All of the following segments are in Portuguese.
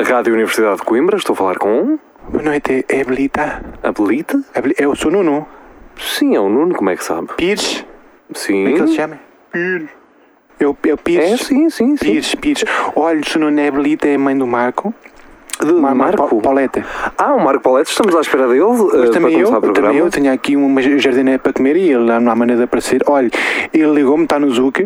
Rádio Universidade de Coimbra, estou a falar com. um. Boa noite, é Belita. Habilite? É Beli- Eu sou Nuno. Sim, é o Nuno, como é que sabe? Pires? Sim. Como é que ele se chama? Pires. Eu, eu Pires. É, sim, sim, sim. Pires, Pires. Olha, sou Nuno, é Belita, é mãe do Marco. De Ma- ma- Marco? Pa- Pauleta. Ah, o Marco Paulete, estamos à espera dele eh, Mas para também eu, começar o programa. também eu tinha aqui uma jardineira para comer e ele não há maneira de aparecer. Olha, ele ligou-me, está no Zuc.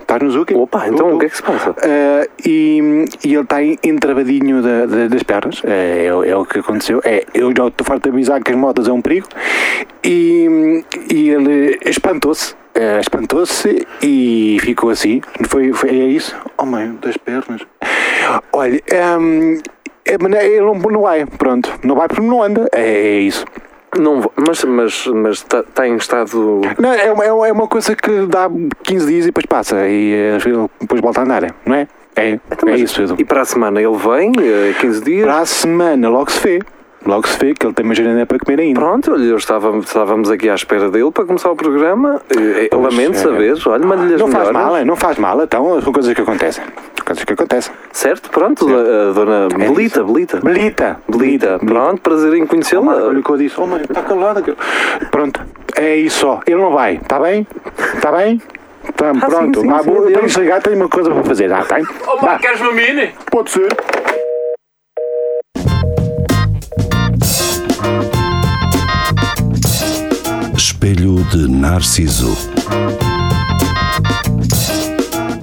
Estás no Zuc? Opa, então o que é que se passa? Ah, e, e ele está entravadinho da- da- das pernas, é, é o- é o que aconteceu. É, eu já estou farto de avisar que as motas é um perigo. E, e ele espantou-se, eh, espantou-se e ficou assim. Foi, foi é isso? Oh, mãe, das pernas. Olha, ehm, é, mas ele não, não vai, pronto, não vai porque não anda, é, é isso. Não, vou- mas mas mas está tá em estado. Não, é, uma- é uma- é uma coisa que dá 15 dias e depois passa, e eh, ele depois volta a andar, não é? É, Então, é mas- isso, Edu. E para a semana ele vem, eh, 15 dias. Para a semana, logo se vê. Logo se vê que ele tem uma janela para comer ainda. Pronto, olha, eu estava, estávamos aqui à espera dele para começar o programa. Eh, eh, Pois Lamento é. saber, olha, mande-lhe as Não faz melhoras. mal, é, não faz mal, então são coisas que acontecem. Coisas que acontecem. Certo, pronto, a- a dona É Belita, isso. Belita. Belita. Belita, pronto, prazer em Marco conhecê-la. olhou que eu disse, oh mãe, está calada. que eu-" Pronto, é isso só. Ele não vai, está bem? Está bem? Tá, sim, pronto, sim, Ah, sim, vou- eu adeus. tenho que chegar, tenho uma coisa para fazer. Ah, tem? Vá, Oh, Queres uma mini? pode ser. Espelho de Narciso.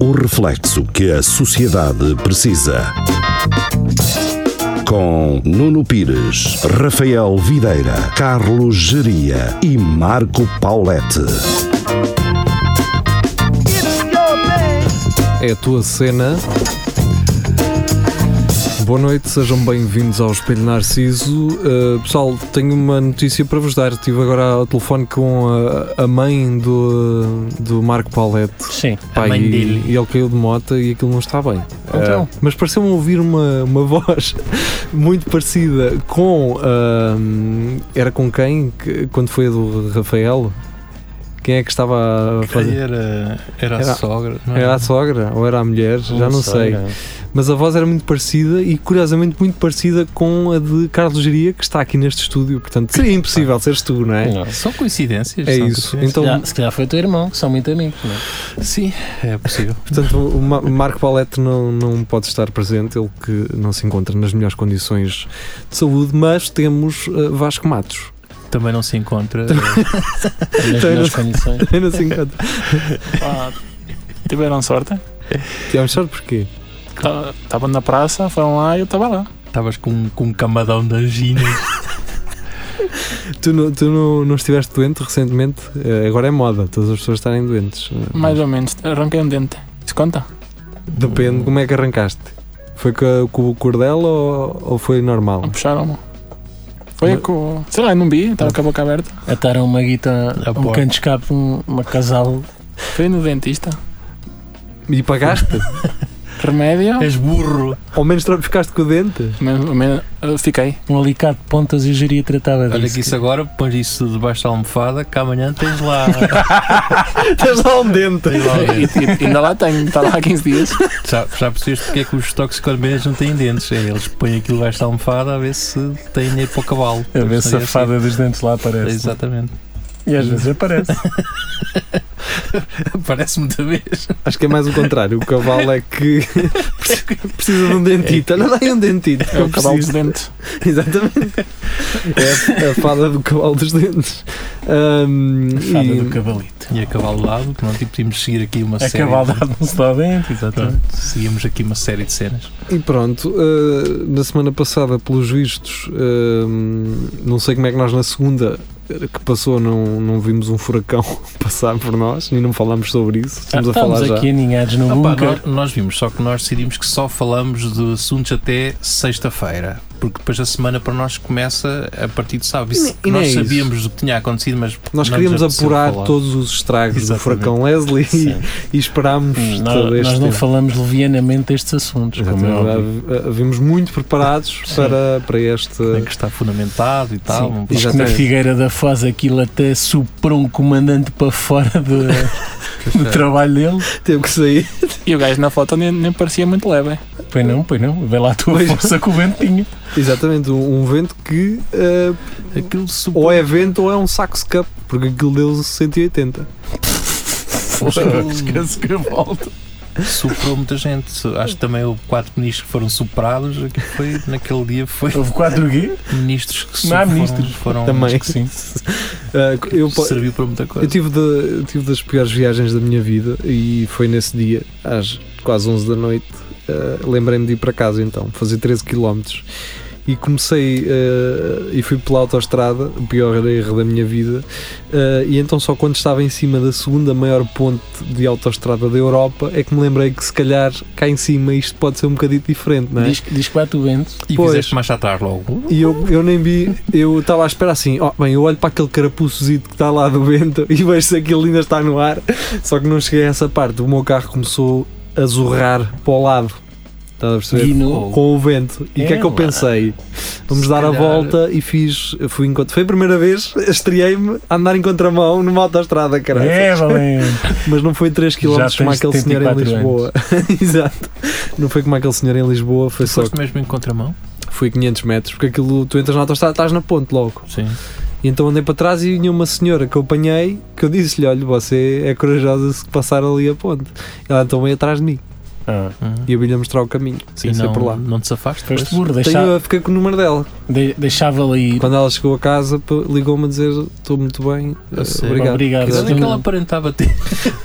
O reflexo que a sociedade precisa. Com Nuno Pires, Rafael Videira, Carlos Geria e Marco Paulette. É a tua cena. Boa noite, sejam bem-vindos ao Espelho Narciso. Uh, pessoal, tenho uma notícia para vos dar. Estive agora ao telefone com a, a mãe do, do Marco Paulette. Sim, Pá, a mãe e, dele. e ele caiu de moto e aquilo não está bem. Então? Uh, mas pareceu-me ouvir uma, uma voz muito parecida com. um, era com quem? Que- Quando foi a do Rafael? Quem é que estava a fazer? Era, era a Era- sogra. não Era a sogra é? ou era a mulher? Já não sei. Mas a voz era muito parecida e curiosamente muito parecida com a de Carlos Geria, que está aqui neste estúdio. Portanto, seria impossível seres tu, não é? Não, são coincidências. É são isso. coincidências. Então- Se calhar- se calhar foi o teu irmão, que são muito amigos. Não é? Sim, é possível. Portanto, o Ma- o Marco Paulette não, não pode estar presente, ele que não se encontra nas melhores condições de saúde, mas temos eh, Vasco Matos. Também não se encontra eh, nas Então, melhores não- condições. Não se encontra. Ah, tiveram sorte. Tivemos sorte porquê? Estavam na praça, foram lá e eu estava lá. Estavas com, com um camadão de anginas. Tu, não, tu não, não estiveste doente recentemente? Eh, agora é moda, todas as pessoas estarem doentes. Eh, Mais ou menos. Arranquei um dente. Isso conta? Depende como é que arrancaste. Foi co- com, o cordel ou, ou foi normal? Puxaram-me. Foi Mas- com. Sei lá, não vi, estava com a boca aberta. Ataram uma guita, A um porta. canto de escape, um, uma casal. Fui no dentista. E pagaste? Remédio. É. És burro. Ao menos tra- ficaste com o dente? Mas- mas- eh, Fiquei. Um alicate de pontas e o geria tratava disso. Olha que isso agora, pões isso debaixo da almofada, que amanhã tens lá. Tens lá um dente. tens lá E, e- ainda lá tenho, está lá há 15 dias. já, já percebeste porque é que os toxicomanos não têm dentes? É, eles põem aquilo debaixo da almofada a ver se têm dinheiro para o cavalo. A ver se a Seria fada é dos dentes lá assim. aparece. Exatamente. E às vezes aparece. Parece muita vez. Acho que é mais o contrário. O cavalo é que precisa de um dentito. Olha lá aí um dentito. que É eu o cavalo dos preciso. dentes. Exatamente. É a- a fada do cavalo dos dentes. Ahm, A fada e- do cavalito. E a cavalo de lado, pronto, e podíamos seguir aqui uma A série. cavaldade não se dá dente, exatamente. Pronto, seguimos aqui uma série de cenas. E pronto, eh, na semana passada, pelos vistos, eh, não sei como é que nós na segunda eh, que passou não, não vimos um furacão passar por nós, nem não falámos sobre isso. Estamos Ah, a falar já. aqui aninhados no Ah pá, bunker. nós, nós vimos, só que nós decidimos que só falamos de assuntos até sexta-feira. porque depois a semana para nós começa a partir de sábado. Isso- E nem é nós isso. sabíamos o que tinha acontecido, mas Nós não é queríamos nos apeteceu apurar falar. todos os estragos Exatamente. do furacão Leslie Sim. Hum, e, e esperámos Nós, todo este nós não tempo. falamos levianamente destes assuntos, como é óbvio. Exatamente. Vimos muito preparados para, para este. Como é que está fundamentado e tal. Sim, um- diz Tá, que na Exatamente. Figueira da Foz aquilo até superou um comandante para fora do, do trabalho dele. Teve que sair. E o gajo na foto nem, nem parecia muito leve. Pois não, pois não, vê lá a tua Pois. força que o ventinho. Exatamente, um, um vento que eh, Aquilo super... ou é vento ou é um saco de cup, porque aquilo deu 180. Esquece que volta. Superou muita gente. Acho que também houve quatro ministros que foram superados. Aquilo foi, naquele dia foi Houve quatro quê? ministros que Não há foram- ministros. foram. Também. Sim. Eh, eu, po- Serviu para muita Eu coisa. tive, de- eu tive das piores viagens da minha vida e foi nesse dia, às quase 11 da noite, eh, lembrei-me de ir para casa então, fazer 13 km. E comecei eh, e fui pela autoestrada, o pior erro da minha vida. eh, e então, só quando estava em cima da segunda maior ponte de autoestrada da Europa, é que me lembrei que se calhar cá em cima isto pode ser um bocadinho diferente, não é? Diz, diz que bate o vento. E Pois. fizeste mais atrás logo. E eu, eu nem vi, eu estava à espera assim, ó, bem, eu olho para aquele carapuçozito que está lá do vento e vejo se aquilo ainda está no ar, só que não cheguei a essa parte, o meu carro começou a zorrar para o lado, estás a perceber? Guinou. Com o vento. E o que é que eu Ela. pensei? Vamos Se dar a calhar- volta e fiz, fui enquanto foi a primeira vez, estreiei-me a andar em contramão numa autoestrada, caralho. É, valente. Mas não foi 3 km Já como tens aquele senhor em 74 Lisboa. Exato. Não foi como aquele senhor em Lisboa, foi só Foste mesmo em contramão? Fui 500 metros, porque aquilo, tu entras na autostrada, estás na ponte logo. Sim. E então andei para trás e vinha uma senhora que eu apanhei, que eu disse-lhe: Olha, você é corajosa se passar ali a ponte. Ela então veio atrás de mim Ah, Hum. e eu vim-lhe mostrar o caminho, sem e ser não, por lá. não te safaste? foste pois? burro, Tenho, deixava, eu fiquei com o número dela. de, deixava ali. Quando ela chegou a casa, p- ligou-me a dizer: Estou muito bem, Eu eh, sei. obrigado. eh, Obrigado. Mas Quer onde dizer, é que ela aparentava ter?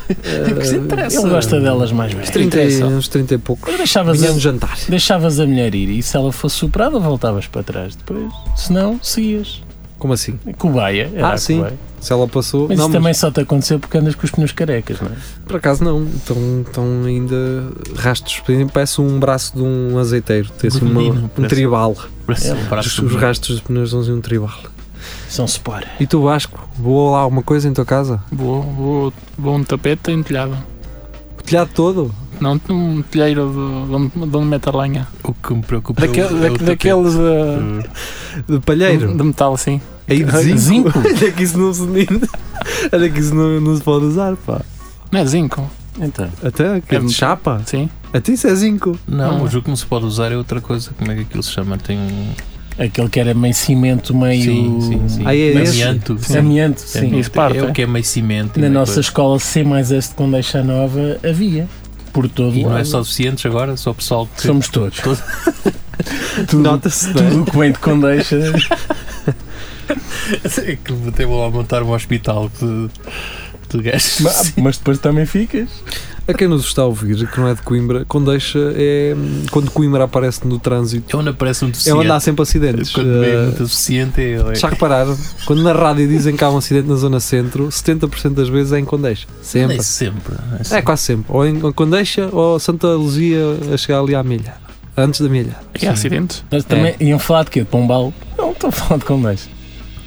é que se interessa? Ele gosta delas mais uns bem. 30, e- interessa. uns 30 e poucos. Mas Deixavas Vinha a, no jantar. deixavas a mulher ir e se ela fosse superada, voltavas para trás depois. Se não, seguias. Como assim? Cobaia. era Ah, a sim. cobaia. Se ela passou. Mas não, isso também só te aconteceu porque andas com os pneus carecas, não é? Por acaso não, estão, estão ainda rastros. Por exemplo, parece um braço de um azeiteiro, tem assim uma- Menino, um parece. tribal. Parece um braço Os, os de- rastros dos pneus são assim um tribal. São Sport. E tu, Vasco, voou lá alguma coisa em tua casa? Vou, vou, vou um tapete e um telhado. O telhado todo? Não, um telheiro de, de onde- de onde mete a lenha. O que me preocupa Daquele, é o, Hum. é o da- daqueles uh, tapete. De de, palheiro? de metal, sim. Aí de zinco? Zinco? Olha que isso não se, Olha que isso não, não se pode usar, pá. Não é zinco, Então, Até que É é de muito- chapa? sim. Até isso é zinco. Não, Não. o jogo que não se pode usar é outra coisa. Como é que aquilo se chama? Tem um. aquele que era meio cimento, meio. Sim, sim, sim. um Ah, é esse? amianto. Amianto, sim. Amianto. Isso parte, É é. o que é meio cimento. e Na meio nossa escola C mais S de Condeixa Nova havia. Por todo coisa. E não é lado. só deficientes agora, só o pessoal que. Somos todos. Todo- Nota-se, não é? Tudo o que vem de Condeixa. É que até vou lá montar um hospital de, de gajos. mas, mas depois também ficas. A quem nos está a ouvir, que não é de Coimbra, Condeixa é. hum, Quando Coimbra aparece no trânsito, É onde aparece um é deficiente. onde há sempre acidentes. Quando vê Ah, muito deficiente, é. já repararam? Quando na rádio dizem que há um acidente na zona centro, 70% das vezes é em Condeixa. Sempre. É sempre. É É sempre. quase sempre. Ou em Condeixa ou Santa Luzia a chegar ali à milha. Antes da milha. É acidentes. Mas também é. iam falar de quê? De Pombal? Não, estou a falar de Condeixa.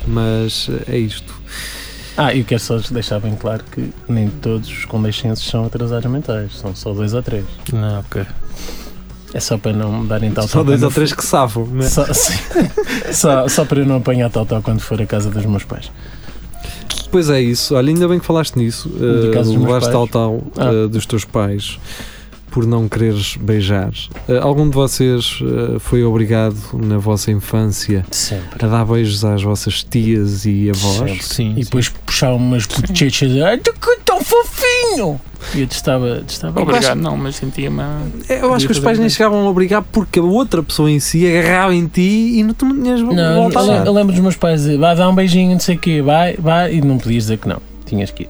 Mas eh, é isto. Ah, eu quero só deixar bem claro que nem todos os condeixenses são atrasados mentais. São só dois ou três. Não, ok. É só para não me darem tal Só dois ou três que safam, né? Só, sim. só, só para eu não apanhar tal tal quando for à casa dos meus pais. Pois é isso. Olha, ainda bem que falaste nisso. Um De eh, casa dos o meus vasto pais. Ah. tal tal eh, dos teus pais por não quereres beijar. Eh, algum de vocês eh, foi obrigado na vossa infância Sempre. a dar beijos às vossas tias e avós? Sempre. Sim. E sim. depois puxavam umas bochechas de ai, tu que tão fofinho! E eu testava, testava. Obrigado, não, mas sentia-me. Eh, Eu acho que os pais nem chegavam a obrigar porque a outra pessoa em si agarrava em ti e não te tinhas Não, volta a eu, lem- dar. eu lembro dos meus pais dizer, vai dar um beijinho, não sei o quê, vai, vai, e não podias dizer que não. Tinhas que ir.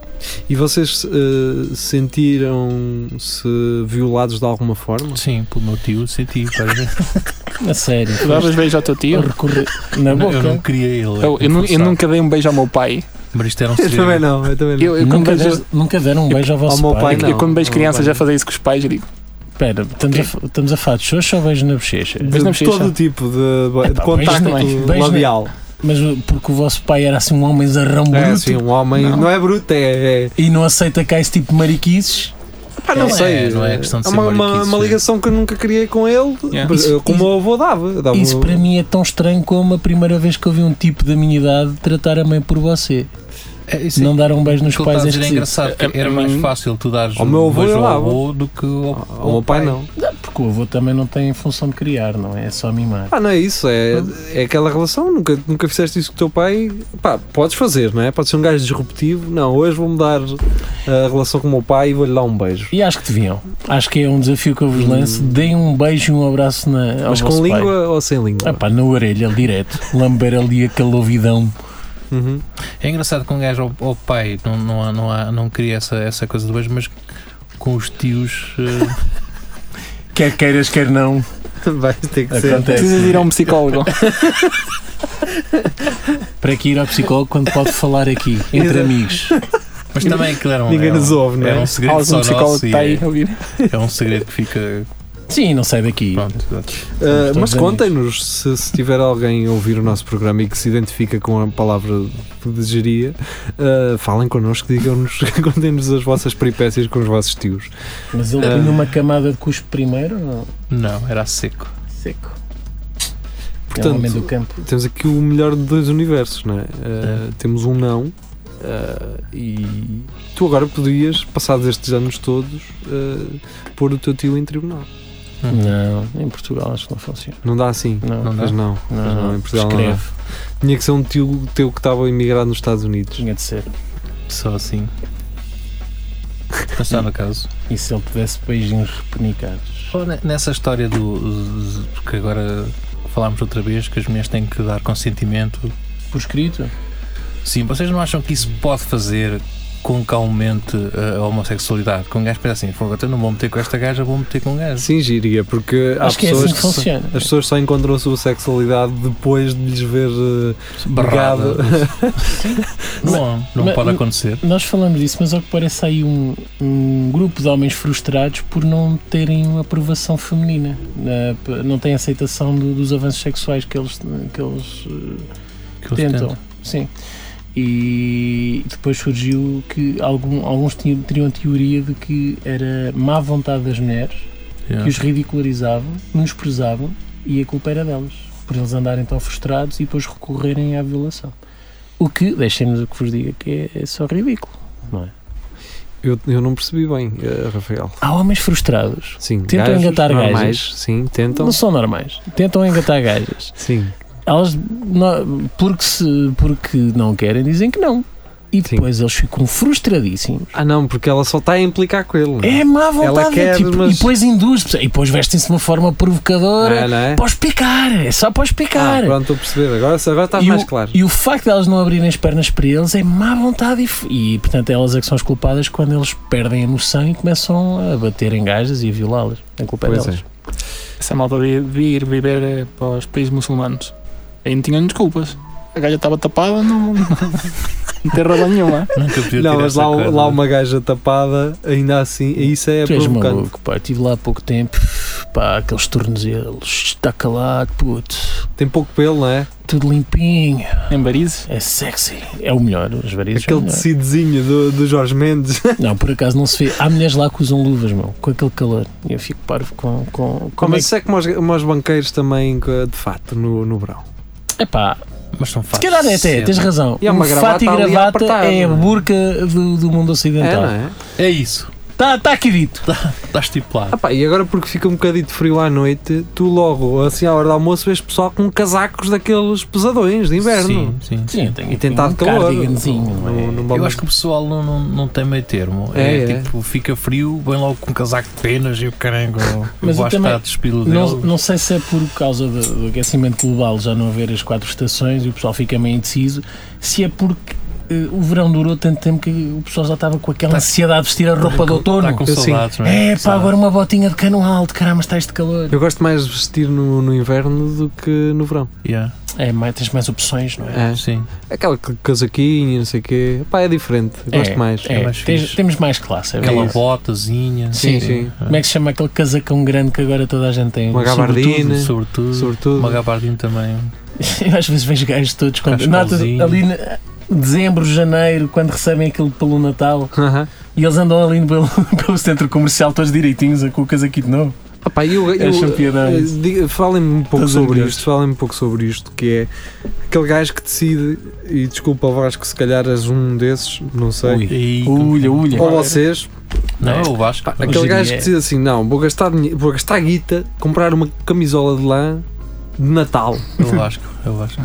E vocês eh, sentiram-se violados de alguma forma? Sim, pelo meu tio senti. para- A sério. Tu davas beijo ao teu tio? Eu recorri na Eu não- boca. eu não queria ele. é Eu, eu nu- eu forçado. nunca dei um beijo ao meu pai. Mas isto era um Eu segredo. também não, eu também não. Eu, eu, quando nunca, vejo, é des- nunca deram um beijo ao vosso meu pai pai. não. eu quando vejo ao crianças meu a fazer isso com os pais, eu digo: espera, estamos, a, estamos a falar de xoxa ou beijo na bochecha? De Mas na bochecha? todo o tipo de, de Epá, contacto beijo na- beijo na- labial. Mas o- porque o vosso pai era assim um homem zarrão bruto É assim, um homem. Não, Não. é bruto, é. é- e não aceita cá esse tipo de mariquices. Ah, não É, sei. não é questão de é ser uma, uma, mariquices, uma é. ligação que eu nunca criei com ele, Yeah. mas, Isso- eh, como o meu avô dava. dava Isso para mim é tão estranho como a primeira vez que eu vi um tipo da minha idade tratar a mãe por você. É, isso é- Não dar um beijo nos o que ele está pais a é dizer é esquisito. engraçado. que A- a era mais mim- fácil tu dares Ao meu um avô beijo eu ao dava. avô do que ao, O meu pai não. Porque o avô também não tem função de criar, não é? É só mimar. Ah, não é isso, é, é aquela relação. Nunca, nunca fizeste isso com o teu pai. Pá, podes fazer, não é? Podes ser um gajo disruptivo. Não, hoje vou mudar a relação com o meu pai e vou-lhe dar um beijo. E acho que deviam. Acho que é um desafio que eu vos lanço. Deem um beijo e um abraço na, ao Mas vosso com pai. língua ou sem língua? Ah pá, na orelha, direto. Lamber ali aquele ouvidão. Uhum. É engraçado que um gajo ao, ao pai não, não, há, não, há, não cria essa, essa coisa do beijo, mas com os tios. eh, Quer queiras, quer não. Vai ter que ser. Acontece. Precisas ir a um psicólogo. Para que ir ao psicólogo quando pode falar aqui, entre amigos? mas também aquilo era um, Ninguém era um- nos ouve, não era é? um segredo Algum só psicólogo nosso que e está aí é, a ouvir. é um segredo que fica. Sim, não sai daqui. Pronto, Ah, Somos mas todos contem-nos se, se tiver alguém a ouvir o nosso programa e que se identifica com a palavra pedageria, ah, falem connosco, digam-nos, contem-nos as vossas peripécias com os vossos tios. Mas ele Ah. punha uma camada de cuspe primeiro, não? não, era a seco. Seco. é um Portanto, homem do campo. temos aqui o melhor de dois universos, não é? Ah, Temos um não. ah, e tu agora poderias, passados estes anos todos, ah, pôr o teu tio em tribunal. Não, em Portugal acho que não funciona. Não dá assim. Não, Não não, dá. Mas não, mas não, não. em Portugal não Escreve, dá. Tinha que ser um tio teu que estava imigrado nos Estados Unidos. tinha de ser. Só assim. Mas está no caso. E se ele tivesse beijinhos repenicados? Ou ne- Nessa história do. do- Porque agora falámos outra vez que as mulheres têm que dar consentimento. Por escrito? Sim, vocês não acham que isso pode fazer com que aumente a a homossexualidade? Com um gajo pensa assim, fogo, então não vou meter com esta gaja, vou meter com um gajo. Sim, gíria, porque há acho que é pessoas assim que, que só- funciona. As pessoas só encontram a sua sexualidade depois de lhes ver. eh, Barrada. Sim. Não, não mas- pode acontecer. Nós falamos disso, mas ao que parece há aí um, um grupo de homens frustrados por não terem uma aprovação feminina, né, p- não têm aceitação do- dos avanços sexuais que eles, que eles eh, Que eu tentam. tento. Sim. E depois surgiu que algum- alguns tinham, teriam a teoria de que era má vontade das mulheres, que Yeah. os ridicularizavam, menosprezavam e a culpa era delas, por eles andarem tão frustrados e depois recorrerem à violação. O que, deixem-me o que vos diga, que é, é só ridículo. Eu, eu não percebi bem, eh, Rafael. Há homens frustrados. Sim, Tentam gajos engatar normais, gajas. Sim, tentam. Não são normais. Tentam engatar gajas. Sim, Elas, não- porque, se, porque não querem, dizem que não. E Sim. depois eles ficam frustradíssimos. ah não, porque ela só está a implicar com ele. não É má vontade. Ela quer, é tipo, mas- E depois induz-se. E depois vestem-se de uma forma provocadora. É, não é? Para os picar. É só para os Ah, picar. pronto, estou a perceber. Agora, agora estás E mais o, claro. e o facto de elas não abrirem as pernas para eles é má vontade e, f- e, portanto elas é que são as culpadas quando eles perdem a noção e começam a bater em gajas e a violá-las. A culpa é Pois delas. Essa malta de, de ir viver eh, para os países muçulmanos. Aí não tinham desculpas. A gaja estava tapada, não, não tem razão nenhuma. Nunca podia Não, ter é mas essa lá, coisa. lá uma gaja tapada, ainda assim, isso é Tu és provocante. maluco, pá. Estive lá há pouco tempo, pá, aqueles tornozelos, está calado, puto, Tem pouco pelo, não é? tudo limpinho, Em varizes. é sexy, é o melhor, os varizes são o Aquele melhor. tecidozinho do, do Jorge Mendes. Não, por acaso não se vê. Há mulheres lá que usam luvas, meu, com aquele calor. Eu fico parvo com. com como é Mas isso é como os, como os banqueiros também, co- de fato, no, no verão. que. Epá, Mas são se calhar é até, tens razão. E há uma Um gravata fato e ali a gravata apertar, é a não é? burca do, do mundo É, não ocidental. é? É isso. Está tá aqui dito. Estás Ah estipulado. pá, e agora porque fica um bocadinho de frio à noite, tu logo, assim à hora do almoço, vês pessoal com casacos daqueles pesadões de inverno. Sim, sim. Ah, Sim, eu tenho E tentar um de calor. cardiganzinho, não é? No- no Eu balneário. acho que o pessoal não, não, não tem meio termo. É, É, é. tipo, fica frio, vem logo com um casaco de penas e o carango. Mas Mas eu eu também- estar despido dele. Não, não sei se é por causa do, do aquecimento global já não haver as quatro estações e o pessoal fica meio indeciso, se é porque eh, o verão durou tanto tempo que o pessoal já estava com aquela Tá- ansiedade de vestir a roupa de outono. Está com Eu sim. saudades, não é? é, pá, agora uma botinha de cano alto, caramba, está este calor. Eu gosto mais de vestir no, no inverno do que no verão. Yeah. É, mais, tens mais opções, não é? É. Sim. Aquela c- casaquinha, não sei o quê. Pá, é diferente. Eu Gosto É, mais. é, é mais tens- fixe. temos mais classe. é Aquela verdade. botazinha. Sim, sim. Como é que se chama aquele casacão grande que agora toda a gente tem? Uma gabardina. Sobretudo, sobretudo. Sobretudo. Uma gabardina também. Eu às vezes vejo gajos todos quando. Cascalzinho. Nota, ali na- dezembro, janeiro, quando recebem aquilo pelo Natal Aham. e eles andam ali pelo, pelo centro comercial todos direitinhos com o casaquinho de novo. É Ah, pá, eu, eu, Acham piedade. eh, diga- falem-me um pouco Todos sobre orgulhosos. isto, falem-me um pouco sobre isto, que é aquele gajo que decide, e desculpa Vasco, se calhar és um desses, não sei. Ui. E Ulha, ulha. Ou vocês, Não, é o Vasco. aquele Giri gajo é. que decide assim, não, vou gastar, dinhe- vou gastar guita, comprar uma camisola de lã de Natal. É o Vasco. É o Vasco.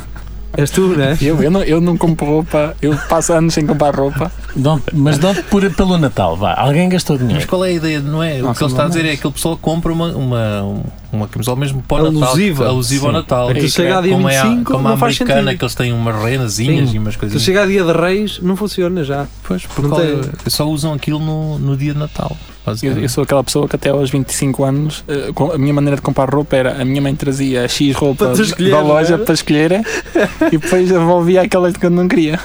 És tu, não é? Eu, eu, não, eu não compro roupa, eu passo anos sem comprar roupa. Dão- mas dão-te por- pelo Natal, vá. Alguém gastou Mas dinheiro. qual é a ideia? Não é? o Nossa, que ele está a não dizer é. é que aquele pessoal compra uma, uma, uma camisola mesmo para o Natal. Alusiva. Alusiva ao Sim. Natal. Aquilo Ei, chega a dia Como é a, 25, como a não faz americana, sentido. que eles têm umas renazinhas Sim. e umas coisas. Se chega a dia de reis, não funciona já. Pois, não porque olha, tem- só usam aquilo no, no dia de Natal. Eu, basicamente. eu sou aquela pessoa que até aos 25 anos, eh, com- a minha maneira de comprar roupa era a minha mãe trazia X roupa Para tu escolher, da não loja era? para escolher e depois devolvia aquelas que eu não queria.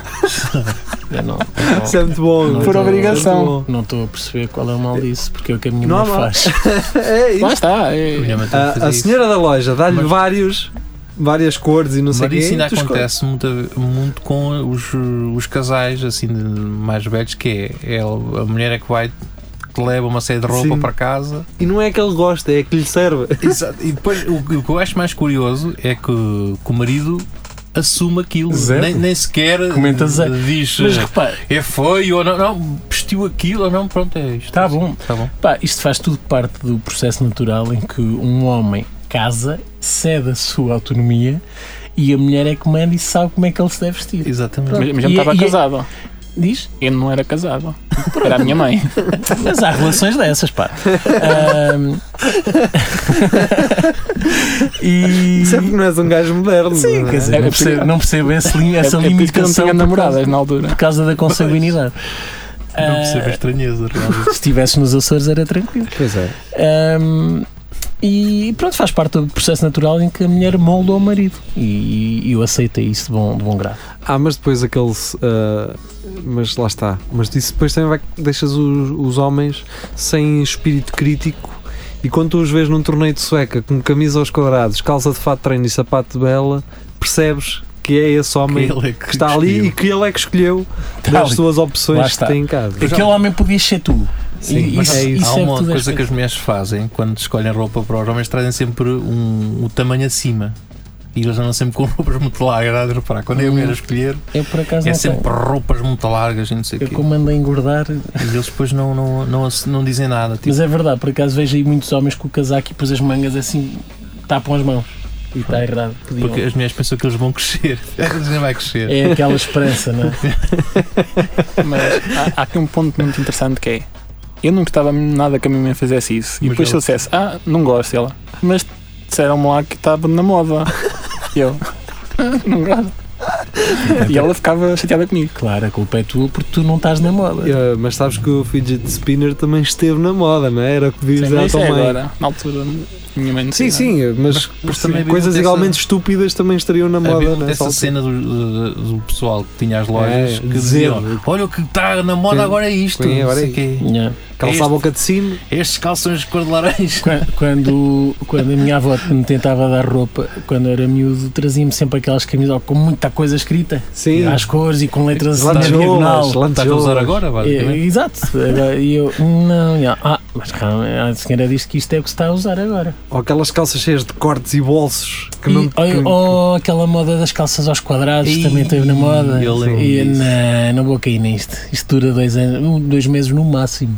Eu não- Isso é muito bom. Por Isso é obrigação. muito bom. Não estou a perceber qual é o mal disso, porque é o que a minha Não mãe há mal. faz. É isso. Lá está. é- Minha mãe também A, fazia a isso. senhora da loja dá-lhe Mas- vários, várias cores e não sei o Mas quê. isso ainda e tu escolhes. acontece muito, muito com os, os casais assim de- mais velhos, que é, é a mulher é que vai que leva uma série de roupa Sim. para casa E não é que ele gosta, é que lhe serve. Exato. e depois o, que- o que eu acho mais curioso é que, o- que o marido assume aquilo Zero. nem, nem sequer Comenta zero. diz Mas repara, é feio ou não, não vestiu aquilo ou não, pronto é isto Tá bom. Tá bom. Pá, isto faz tudo parte do processo natural em que um homem casa, cede a sua autonomia e a mulher é que manda e sabe como é que ele se deve vestir. exatamente Mas, mas eu E- não estava e- é casado. Diz? Eu não era casado. Era a minha mãe. Mas há relações dessas, pá. Ahm. e. Isso é porque não és um gajo moderno. Sim, não é? quer dizer, É não porque- percebo, não percebo esse lim- É, é essa por isso que eu não limitação tinha por namoradas causa- na altura. por causa da consanguinidade. não Ah, percebo a estranheza realmente. se estivesse nos Açores era tranquilo. Pois é. Ahm, e pronto, faz parte do processo natural em que a mulher molda o marido. E, e eu aceitei isso de bom, de bom grado. Ah, mas depois aquele. ah, mas lá está. Mas isso depois também vai que deixas os, os homens sem espírito crítico. E quando tu os vês num torneio de sueca com camisa aos quadrados, calça de fato de treino e sapato de bela, percebes que é esse homem que, Ele é que está ali e vestiu. que ele é que escolheu Tá das ali. suas Lá opções que está. tem em casa. Aquele homem podia ser tu. E mas isso- há- isso há é uma tudo coisa aspecto. que as mulheres fazem quando escolhem roupa para os homens, trazem sempre um, o tamanho acima. E eles andam sempre com roupas muito largas, reparar. Quando é a mulher a escolher, Eu por acaso é não tenho. sempre Tipo roupas muito largas e não sei o Eu quê. como ando a engordar, E eles depois não, não, não, ass- não dizem nada. Tipo, mas é verdade, por acaso vejo aí muitos homens com o casaco e depois as mangas assim tapam as mãos. E está errado. podiam. porque as mulheres pensam que eles vão crescer. Eles nem vai crescer. É aquela esperança, não é? Mas há, há aqui um ponto muito interessante que é eu não gostava nada que a minha mãe fizesse isso. E Mas depois se ela- eu dissesse, ah, não gosto ela. Mas disseram-me lá que estava na moda. E eu, "Ah, não gosto. E ela ficava chateada comigo. Claro, a culpa é tua porque tu não estás na moda. Ah, mas sabes que o fidget spinner também esteve na moda, não é? Era o que Sim, diz mas à isso tua é mãe. agora, na altura, minha mãe não Sim, tinha nada. sim, mas, mas também havia coisas muito igualmente estúpidas também estariam na Havia moda é? muito nessa essa altura. cena do, do- do pessoal que tinha as lojas É, que dizer- diziam: Olha o que está na moda Sim. agora é isto. Sim, agora não sei é o quê. Yeah. Calça a boca de sino. Estes calções de cor de laranja. Quan- Quando, quando a minha avó me tentava dar roupa, quando era miúdo, trazia-me sempre aquelas camisolas com muita coisa escrita, Sim. às cores e com letras na diagonal. Lantejoulas, Estás a usar agora, É, basicamente. exato. Agora, E eu, não, já. ah, mas calma, a senhora diz que isto é o que se está a usar agora. Ou aquelas calças cheias de cortes e bolsos que E- não. ou, que- ou aquela moda das calças aos quadrados Ih, também teve na moda. eu lembro E disso. não, não vou cair nisto. Isto dura dois, anos, um, dois meses no máximo.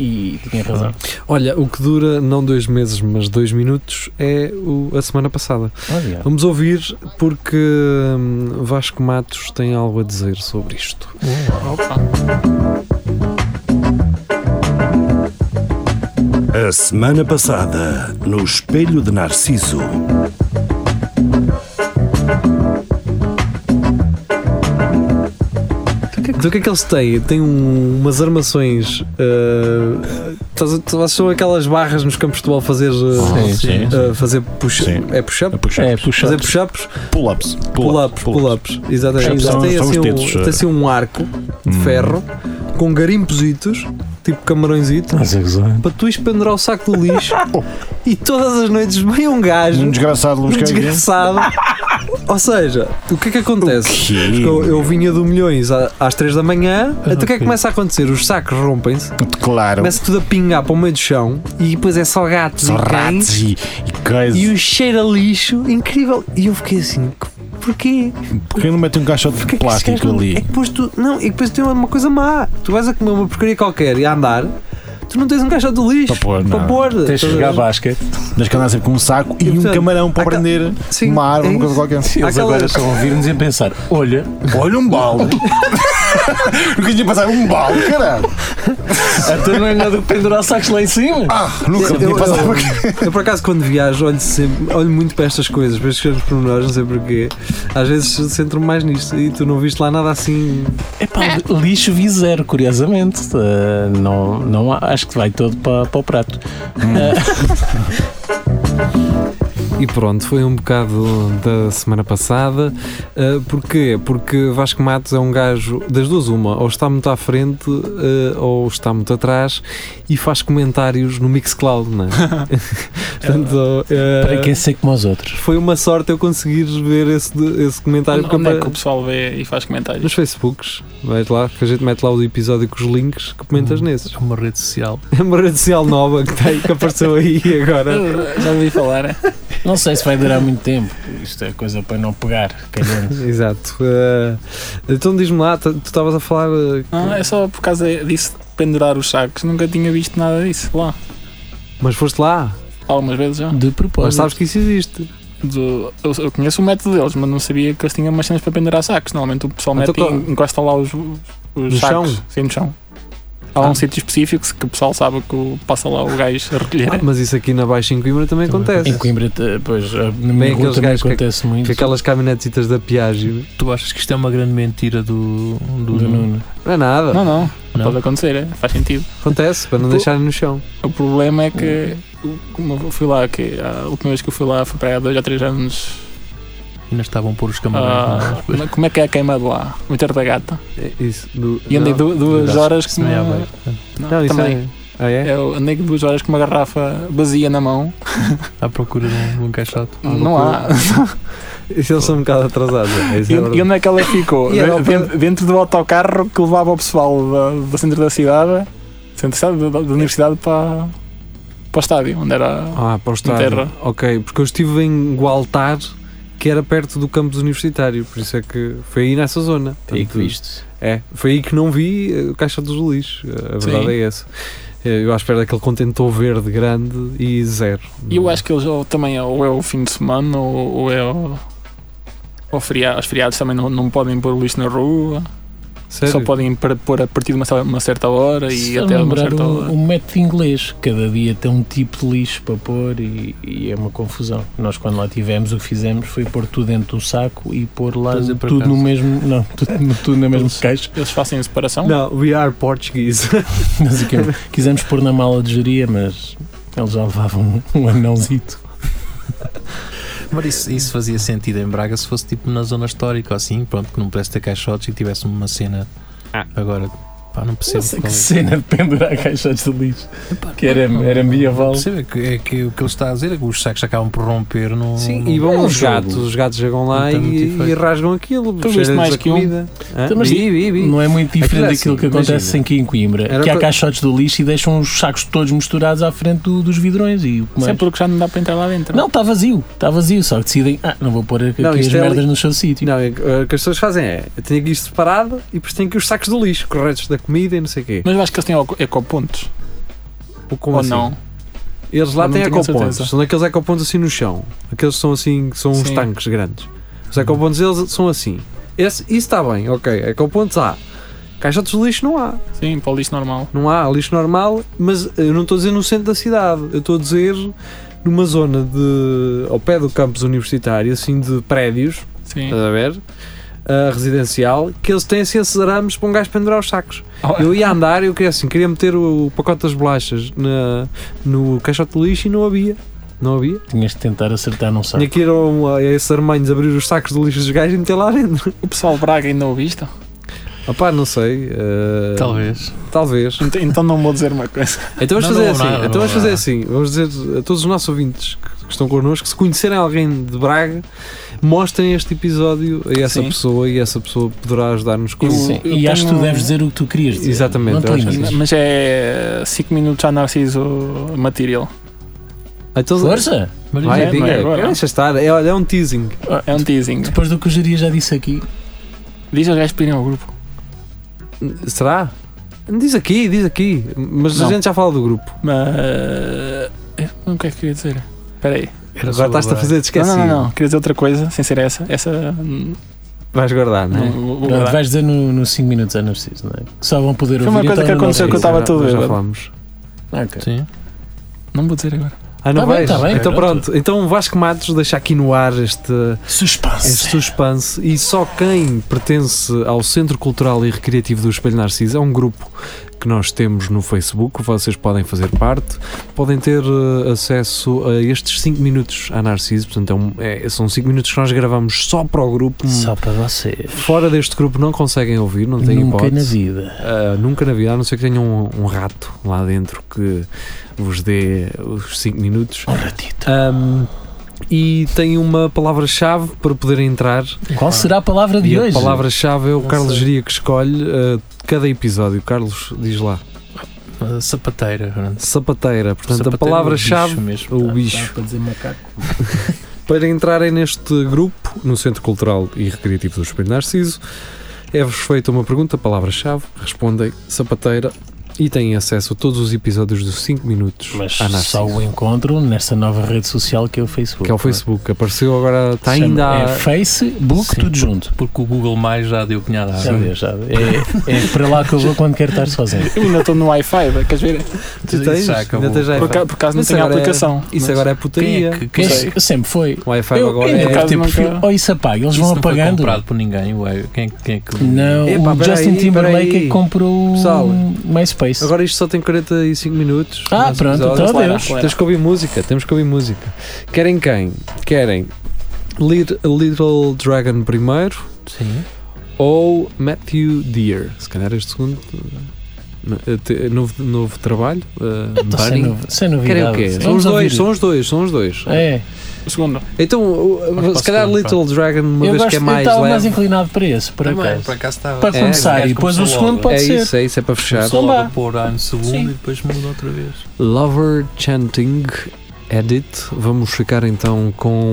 E tinha razão. Olha, o que dura não dois meses, mas dois minutos é o- a semana passada. Olha. Vamos ouvir porque hum, Vasco Matos tem algo a dizer sobre isto. A semana passada, no Espelho de Narciso. Então o que é que eles têm? Têm um- umas armações ah, Estás a- Vocês são aquelas barras nos campos de futebol fazer. Sim, uh, sim. uh, fazer push Sim. É push-up? Puxa. É, puxar. Fazer push-ups? Pull-ups. Pull-ups, pull-ups. Exatamente. Push-ups são- Exato. Tem são os assim, dedos, um, eh. tem assim um arco de Hum. ferro com garimpositos, tipo camarãozito, Estás a gozar? para tu espendurar o saco do lixo e todas as noites vem um gajo. Oh. Um desgraçado um Luís Caguinha. desgraçado. Ou seja, o que é que acontece? Eu, eu vinha do Milhões à- às 3 da manhã, Ah, então o que é que começa a acontecer? Os sacos rompem-se, Então? Claro. começa tudo a pingar para o meio do chão e depois é só gatos São e cães ratos e, e coisas. e o cheiro a lixo, incrível. E eu fiquei assim, "Que- porquê? Porquê não mete um caixote de Porquê que este plástico gajo não- ali? É que depois tu, não, e depois tem uma coisa má. Tu vais a comer uma porcaria qualquer e a andar, tu não tens um caixote de lixo Para pôr, para não. pôr. Tens de Estás a jogar ver? basquete. Tens que andar sempre com um saco e, E, um portanto, camarão para há ca- prender Ah, tá. Sim, uma árvore, é uma coisa isso. qualquer. Há Eles agora aquelas- estão a ouvir-nos e a pensar: olha, olha um balde. Nunca tinha passado um balde, caralho. Até não é nada de pendurar sacos lá em cima. Nunca Eu- tinha eu- passado eu- aqui. Eu por acaso quando viajo olho sempre, olho muito para estas coisas, para estes grandes pormenores, não sei porquê. Às vezes centro-me mais nisto e tu não viste lá nada assim. Epá, lixo vi zero, curiosamente. Ah, não, não há- acho que vai todo para, para o prato. E pronto, foi um bocado da semana passada. Uh, porquê? Porque Vasco Matos é um gajo das duas uma, ou está muito à frente uh, ou está muito atrás e faz comentários no Mixcloud, não é? Portanto, uh, Para quem ser como os outros. foi uma sorte eu conseguir ver esse, esse comentário. Onde, porque onde é que apa- o pessoal vê e faz comentários? Nos Facebooks, vais lá, que a gente mete lá o episódio com os links que comentas nesses. Uma rede social. É uma rede social nova que, tem, que apareceu aí agora. Eu Já ouvi falar. é? Não sei se vai durar muito tempo. Isto é coisa para não pegar. calhando. Exato. Eh, então diz-me lá, tu tu estavas a falar. eh, Não, é só por causa disso de pendurar os sacos. Nunca tinha visto nada disso lá. Mas foste lá, Algumas vezes já. De mas propósito. sabes que isso existe. Do- eu, eu conheço o método deles, mas não sabia que eles tinham umas cenas para pendurar sacos. Normalmente o pessoal mete Então, qual- e encosta lá os, os os sacos. chão? Sim, no chão. Há um sítio específico que o pessoal sabe que o- passa lá o gajo a recolher. Ah, mas isso aqui na Baixa em Coimbra também Também. acontece. Em Coimbra, t- pois, na Bem, minha rua aqueles também gajos que- acontece Que muito. aquelas caminhonetitas da Piaggio. Tu achas que isto é uma grande mentira do, do, Do Nuno. Não é nada. Não, não, Não? Pode acontecer, é? faz sentido. Acontece, para não Pô. deixarem no chão. O problema é que o- como eu fui lá, que a última vez que eu fui lá foi para aí há dois ou três anos. Ainda estavam por os camarões. ah, não é? como é que é a queima de lá? Meter da gata. É Isso, do- E andei não. du- duas Não, horas isso com não é uma- aberto. Não, Não, isso também. é. Ah, é? Eu andei duas horas com uma garrafa vazia na mão. À procura de um, de um caixote. Ah, não há. Isso eles são um bocado atrasados. é, isso E, é e verdade. onde é que ela ficou? E era Ven- o ven- Dentro do autocarro que levava o pessoal da- do centro da cidade, centro da, cidade, da- da universidade para, para o estádio, onde era. Ah, para o estádio. terra. Ok, porque eu estive em Gualtar, que era perto do campus universitário, por isso é que foi aí nessa zona. Portanto, viste. É, foi aí que não vi eh, o caixa dos lixos, eh, a verdade Sim. é essa. Eh, Eu à espera daquele contentor verde grande e zero. E eu acho que eles ou também, ou é o fim de semana, ou, ou é o. Ou feriado, os feriados também não, não podem pôr o lixo na rua, Sério? só podem par- pôr a partir de uma, cer- uma certa hora Se e eu até uma lembrar certa um, hora. um método inglês, cada dia tem um tipo de lixo para pôr e, e é uma confusão. Nós quando lá tivemos o que fizemos foi pôr tudo dentro do saco e pôr lá Fazer para tudo no casa. mesmo, não, tudo, no- tudo na mesma caixa. Eles fazem a separação? Não, we are Portuguese. Mas o que eu- quisemos pôr na mala de geria, mas eles já levavam um, um anelzito. Mas isso, isso fazia sentido em Braga se fosse tipo na zona histórica ou assim, pronto, que não pudesse ter caixotes e que tivesse uma cena. Agora, pá, não percebo. Não sei que qual é. cena de pendurar caixas de lixo. Que era, era medieval. Percebo, é que, é que o que ele está a dizer é que os sacos acabam por romper no. Sim, no- e vão É um os jogo. gatos, os gatos chegam lá Não tem muito e, efeito. e rasgam aquilo, Tu viste cheira-lhes mais a que um? comida. Hã? Então, mas Vi, vi, vi. Não é muito Aquilo diferente é daquilo assim, que acontece imagina. aqui em Coimbra. Era que há para- caixotes do lixo e deixam os sacos todos misturados à frente do- dos vidrões e o que Isso é mais. porque já não dá para entrar lá dentro. Não, está vazio, está vazio, só que decidem, ah, não vou pôr aqui Não, as isto é merdas ali- no seu sítio. Não, é que, eh, o que as pessoas fazem é, eu tenho aqui isto separado e depois tenho aqui os sacos do lixo, corretos da comida e não sei o quê. Mas eu acho que eles têm eco- ecopontos, Ou como ou assim? não? Eles lá Eu não têm tenho ecopontos, certeza. são daqueles ecopontos assim no chão. Aqueles que são assim, que são uns Sim. tanques grandes. Os ecopontos deles são assim. Esse, isso está bem, ok. Ecopontos há. Caixotes de lixo não há. Sim, para o lixo normal. Não há lixo normal, eh, mas eu não estou a dizer no centro da cidade. Eu estou a dizer numa zona de. ao pé do campus universitário, assim de prédios, Sim. estás a ver? ah, residencial que eles têm assim esses arames para um gajo pendurar os sacos. Eu ia andar e eu queria assim, queria meter o pacote das bolachas na, no caixote de lixo e não havia. Não havia. Tinhas de tentar acertar, não sabe? Tinha que ir a, um- a esses armanhos abrir os sacos de lixo dos gajos e meter lá dentro. O pessoal de Braga ainda ouve isto? Opá, não sei. ah, Talvez. Talvez. Ent- Então não vou dizer uma coisa. Então vamos Não, fazer não, assim. nada, então não, vamos fazer nada. assim. Vamos dizer a todos os nossos ouvintes que, que estão connosco, se conhecerem alguém de Braga, mostrem este episódio a essa Sim. pessoa e essa pessoa poderá ajudar-nos com Sim. isso. eu E acho que tu tenho- deves dizer o que tu querias dizer. Exatamente, Não te eu acho que limites. Mas é 5 minutos a Narciso Material. Então, Força! vai, não é diga. agora. Deixa estar. É, olha, é um teasing. É um teasing. Depois do que o Jeria já disse aqui, Diz aos gajos pedirem ao grupo. Será? Diz aqui, diz aqui. Mas a Não. gente já fala do grupo. Mas. eu- O que é que eu queria dizer? Espera aí. Era Agora sobre estás-te a Braga. fazer de Não, esquecido. não, não, não. Queria dizer outra coisa, sem ser essa. Essa. hum, Vais guardar, não é? não, vou- vou pronto, guardar. vais dizer no- nos 5 minutos é não preciso, não é? Que só vão poder Foi ouvir uma coisa então, que no nosso aconteceu que grupo. eu tava todo já, já bêbado. falamos. Ah, ok. Sim. Não vou dizer agora. Ah, não Tá bem, vais? tá bem, então pronto. pronto. Então Vasco Matos deixa aqui no ar este, este Suspense! suspense e só quem pertence ao Centro Cultural e Recreativo do Espelho Narciso é um grupo que nós temos no Facebook, vocês podem fazer parte, podem ter eh, acesso a estes 5 minutos a Narciso, portanto é um- é- são 5 minutos que nós gravamos só para o grupo. Só para vocês. Fora deste grupo não conseguem ouvir, não têm Nunca hipótese. na vida. Ah, nunca na vida, a não ser que tenham um, um rato lá dentro que vos dê os 5 minutos. Um ratito. Ahm, e tem uma palavra-chave para poder entrar Qual será a palavra de e hoje? a palavra-chave é o Não Carlos sei. Geria que escolhe uh, cada episódio. Carlos diz lá. Uh, Sapateira. pronto. Sapateira. Portanto, Sapateira a é o palavra-chave bicho mesmo. tá, o Dá- dá bicho. Para dizer macaco. para entrarem neste grupo no Centro Cultural e Recreativo do Espelho Narciso. É-vos feita uma pergunta, palavra-chave, respondem sapateira e têm acesso a todos os episódios dos 5 minutos Mas à Narciso. só o encontro nesta nova rede social que é o Facebook. Que é o Facebook. Apareceu agora, está Chama- ainda. É a- Facebook, Sim. tudo junto. Porque o Google Mais já deu cunhada Ah, à Já água. vê, já vê. É, é para lá que eu vou quando quero estar sozinho. Eu ainda estou no Wi-Fi, bem, queres ver? Tu Isso é tens? já Ainda acabou. tens já Por, Wi-Fi? aca- por acaso não Isso tenho a agora é- aplicação. Isso mas- agora é Quem putaria. é que, quem é Este sempre foi. Wi-Fi Eu- agora eu é. nunca acaso tive nunca- perfil. Ou isso apaga, eles Isso vão não foi apagando. comprado por ninguém. Ué. Quem, quem é que. Não, Epá, o peraí, Justin Timberlake é peraí. que comprou Pessoal, o MySpace. Agora isto só tem 45 minutos. Ah, Nosso pronto, episódio. então Claro, adeus. claro. Temos que ouvir música, temos que ouvir música. Querem quem? Querem Lit- Little Dragon primeiro Sim. ou Matthew Deer? Se calhar este segundo. eh, te- Novo, novo trabalho? eh, Tô sem, Bunny? novi- sem Querem o novidade. quê? São Vamos os dois, ouvir. são os dois, são os dois. É, Um Segundo. Então, o- se posso calhar ver, Little Dragon, uma eu vez gosto, que é eu mais estava mais leve. inclinado para esse, por acaso. por acaso estava. Para É, começar, e depois o segundo pode é ser. isso, é isso, é para fechar. Só Bomba. logo pôr lá no segundo Sim. e depois muda outra vez. Lover Chanting Edit. Vamos ficar então com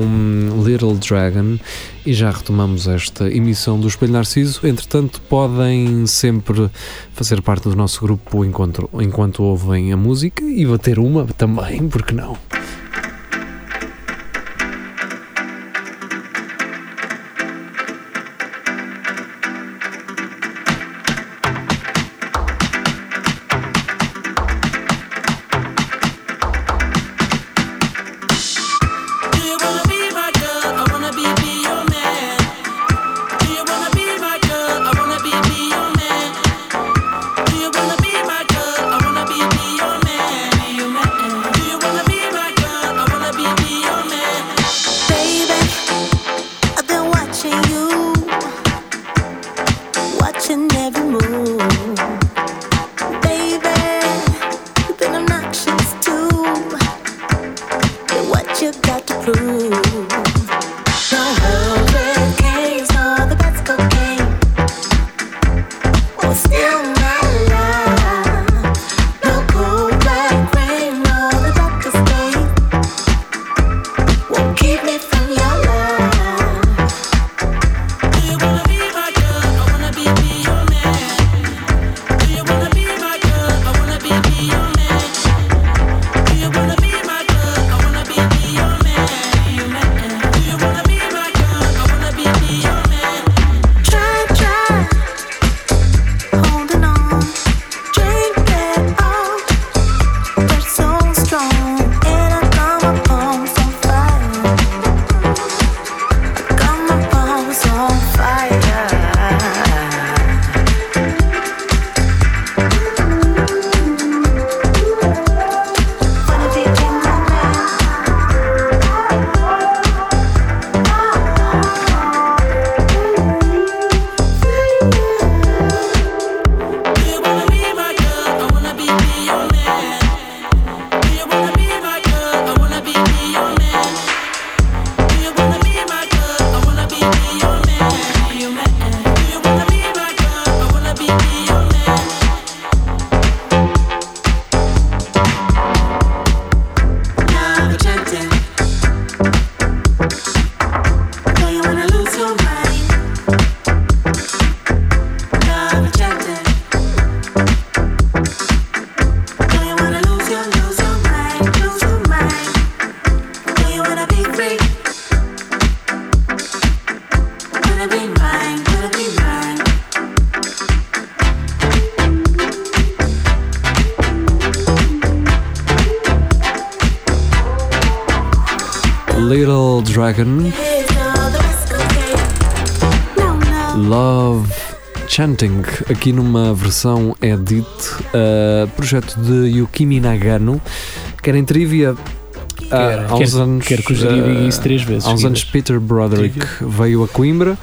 Little Dragon e já retomamos esta emissão do Espelho Narciso. Entretanto, podem sempre fazer parte do nosso grupo enquanto, enquanto ouvem a música e bater uma também, porque não? Do you wanna be my girl? I wanna be be your man. Do you wanna be my girl? I wanna be be your man. Do you wanna be my girl? I wanna be be your man. Do you wanna be my Little Dragon, Love Chanting, aqui numa versão edit, uh, projeto de Yukimi Nagano. Querem trivia? é, Ah, há uns Quero- anos, Quero que o Júlio ah, diga isso três vezes. Há uns anos Peter Broderick veio a Coimbra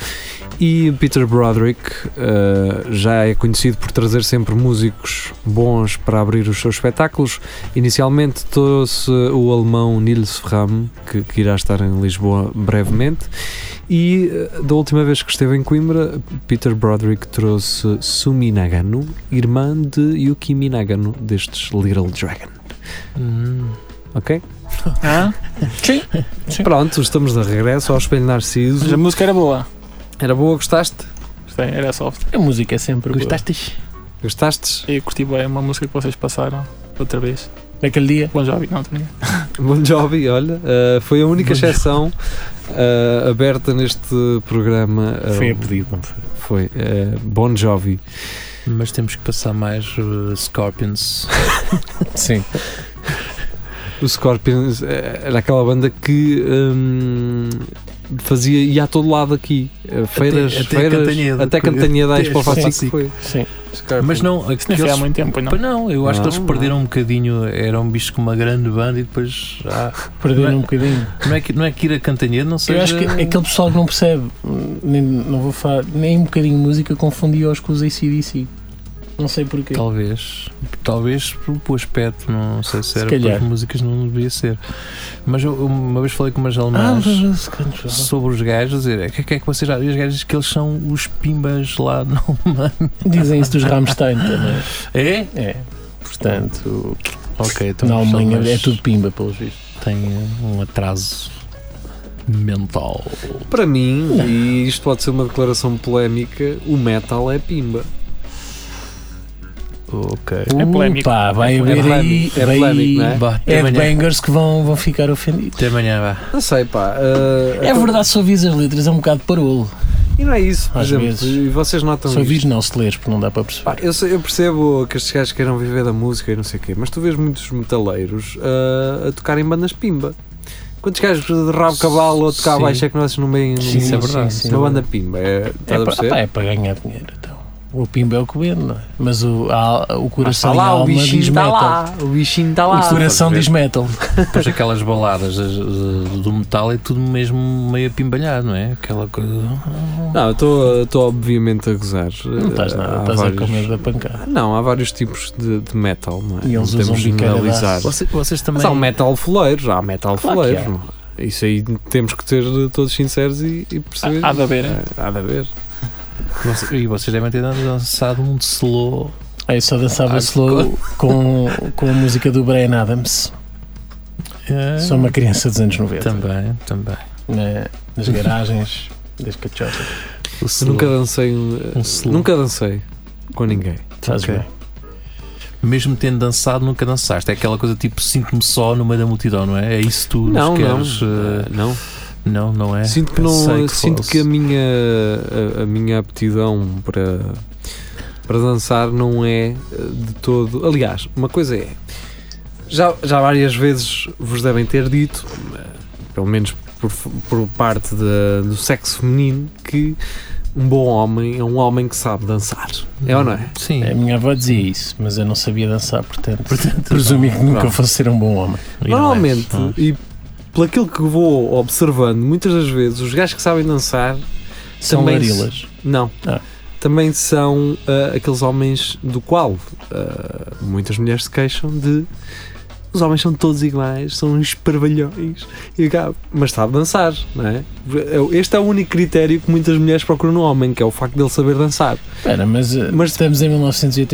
e Peter Broderick eh, já é conhecido por trazer sempre músicos bons para abrir os seus espetáculos. Inicialmente trouxe o alemão Nils Fram, que, que irá estar em Lisboa brevemente, e eh, da última vez que esteve em Coimbra, Peter Broderick trouxe Sumi Nagano, irmã de Yukimi Nagano, destes Little Dragon. Hum. Ok? Ah? Sim. Sim. Pronto, estamos de regresso ao Espelho Mas a Narciso. música era boa. Era boa, gostaste? Isto é, Era soft. A música é sempre boa. Gostaste? Gostastes? E curti bem uma música que vocês passaram outra vez. Naquele dia. Bom Jovi, não, também. Bon Jovi, olha, uh, foi a única exceção uh, aberta neste programa. uh, Foi a pedido, não foi? foi, uh, Bon Jovi. Mas temos que passar mais uh, Scorpions. Sim. O Scorpions uh, era aquela banda que um, fazia, ia a todo lado aqui. Uh, feiras, até feiras. Cantanhede. até Cantanheda, Até Expo Expo Fácil Fácil. foi. Sim. Scorpions. Mas não, Não foi há aqueles. muito tempo, não. Pois não, eu acho que Não, Ah. eles perderam um bocadinho. Era um bicho com uma grande banda e depois. ah, Perderam um bocadinho. não, é que, não é que ir a Cantanhede, não sei. Eu acho que é aquele pessoal que não percebe, nem, não vou falar, nem um bocadinho de música, confundia-os com os ACDC. Não sei porquê. Talvez. Talvez por- pelo aspecto, não sei se Se era calhar. pelas músicas, não devia ser. Mas eu, uma vez falei com umas Ah, alemãs mas- mas- sobre os gajos, dizer, "É que, que é que vocês já E os gajos dizem que eles são os pimbas lá no mano. dizem isso dos Rammstein também. É? É. Portanto, Ok, então na são Alemanha umas- é tudo pimba, pelos vistos. Tem um atraso mental. Para mim, e isto pode ser uma declaração polémica, o metal é pimba. Ok. É polémico. Pá, vai É haver aí, polémico, é vai polémico, não é? aí Vá, até amanhã. headbangers que vão, vão ficar ofendidos. Até amanhã, vá. Não sei, pá. eh, então, É verdade, se ouvis as letras é um bocado parolo. E não é isso, por Às exemplo. vezes. E vocês notam Se isto. ouvis não, se leres, porque não dá para perceber. Pá, eu, sei- eu percebo que estes gajos queiram viver da música e não sei o quê, mas tu vês muitos metaleiros ah, a tocar em bandas pimba. Quantos gajos de rabo cavalo a tocar Sim. baixo é que nós não veem Sim, Isso é sim, verdade. sim. uma banda pimba? É, estás É a para, perceber? pá, é para ganhar dinheiro, então. O Pimba é o que vende, não é? Mas o, a- o Mas está coração e a Tá lá, o alma bichinho diz está metal. é lá. O bichinho está lá. o coração diz metal. Depois aquelas baladas eh, eh, do metal é tudo mesmo meio apimbalhado, não é? Aquela coisa. Não, eu estou estou obviamente a gozar. Não estás nada, Há estás a Eh, vários- comer da pancada. Não, há vários tipos de, de metal, não é? E eles não usam temos de biqueira de analisar. aço. Vocês, vocês também. Mas há um metal foleiro, há metal Claro foleiro. que há. não é? Isso aí temos que ser todos sinceros e, e perceber. Há- há de haver, é? Há de haver. Vocês- e vocês devem ter dançado um slow. Aí É, só dançava Ah, slow com, com a música do Brian Adams. É, Sou uma criança dos anos 90. Também, também. Na- nas garagens das cachotas. O Eu slow. nunca dancei. um- Um slow. Nunca dancei com ninguém. Faz Ok. bem. Mesmo tendo dançado, nunca dançaste. É aquela coisa tipo sinto-me só no meio da multidão, não é? É isso que tu nos Não, não. queres. eh, não. não, não é? Sinto que Sei não, que sinto fosse. que a minha a, a minha aptidão para para dançar não é eh, de todo. Aliás, uma coisa é já já várias vezes vos devem ter dito, eh, pelo menos por, f- por parte da- do sexo feminino, que um bom homem é um homem que sabe dançar. É ou não é? Sim. A minha avó dizia isso, mas eu não sabia dançar, portanto, Portanto, presumi que nunca pronto. fosse ser um bom homem. E não é. Ah. Normalmente, Não. e pelo aquilo que vou observando, muitas das vezes os gajos que sabem dançar São Também se- larilas. Não. Ah. Também são ah, aqueles homens do qual ah, muitas mulheres se queixam de os homens são todos iguais, são uns parvalhões, e o gajo- mas sabe dançar, não é? Este é o único critério que muitas mulheres procuram no homem, que é o facto dele saber dançar. Espera, mas, eh, Mas- estamos em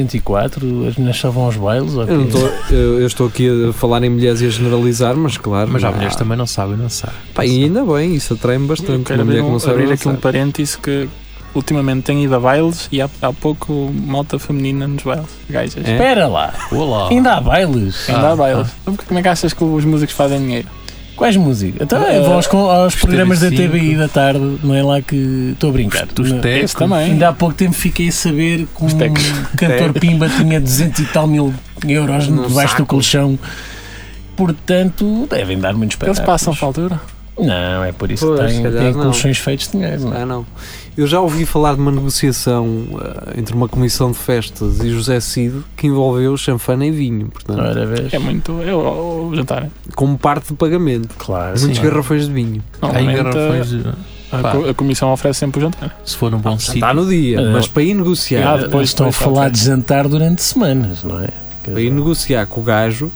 1984, as meninas só vão aos bailes? ou Eu, não quê? tô- eu- eu estou aqui a falar em mulheres e a generalizar, mas claro. Mas há não é? mulheres também não sabem dançar. Pá, e ainda bem, isso Ah. atrai-me Eu bastante. quero Uma mulher abrir, que não um, sabe abrir aqui dançar. um parêntese que ultimamente tenho ido a bailes e há, há pouco malta feminina nos bailes. Gajas. É? Espera lá, Olá! ainda há bailes? Ah, Ainda há bailes. Então, como é que achas que os músicos fazem dinheiro? Quais músicas? Então, Ah, eu vou aos, con- aos os programas da TV5. TVI da tarde, não é lá que estou a brincar. Os Não. técnicos. Esse né? também. Ainda há pouco tempo fiquei a saber que um Os tecos. cantor Pimba tinha 200 e tal mil euros Num debaixo do saco. colchão. Portanto, devem dar muito Eles espetáculos. passam faltura. Não, é por isso Pois, se que tem, calhar tem não. colchões feitos de dinheiro. não é? Ah, não. Eu já ouvi falar de uma negociação ah, entre uma comissão de festas e José Cid que envolveu chanfana e vinho, portanto, Ora, vês? É muito. É o, o jantar. é? como parte de pagamento. Claro. Muitos sim. garrafões de vinho. Há Normalmente, engarrafões. de- a, pá. co- a comissão oferece sempre o jantar. Se for num bom sítio. Está no dia, É. Ah, mas para ir negociar, Ah, Eles depois estão a começa a falar ter. de jantar durante semanas, não é? Quer para ir dizer, negociar com o gajo,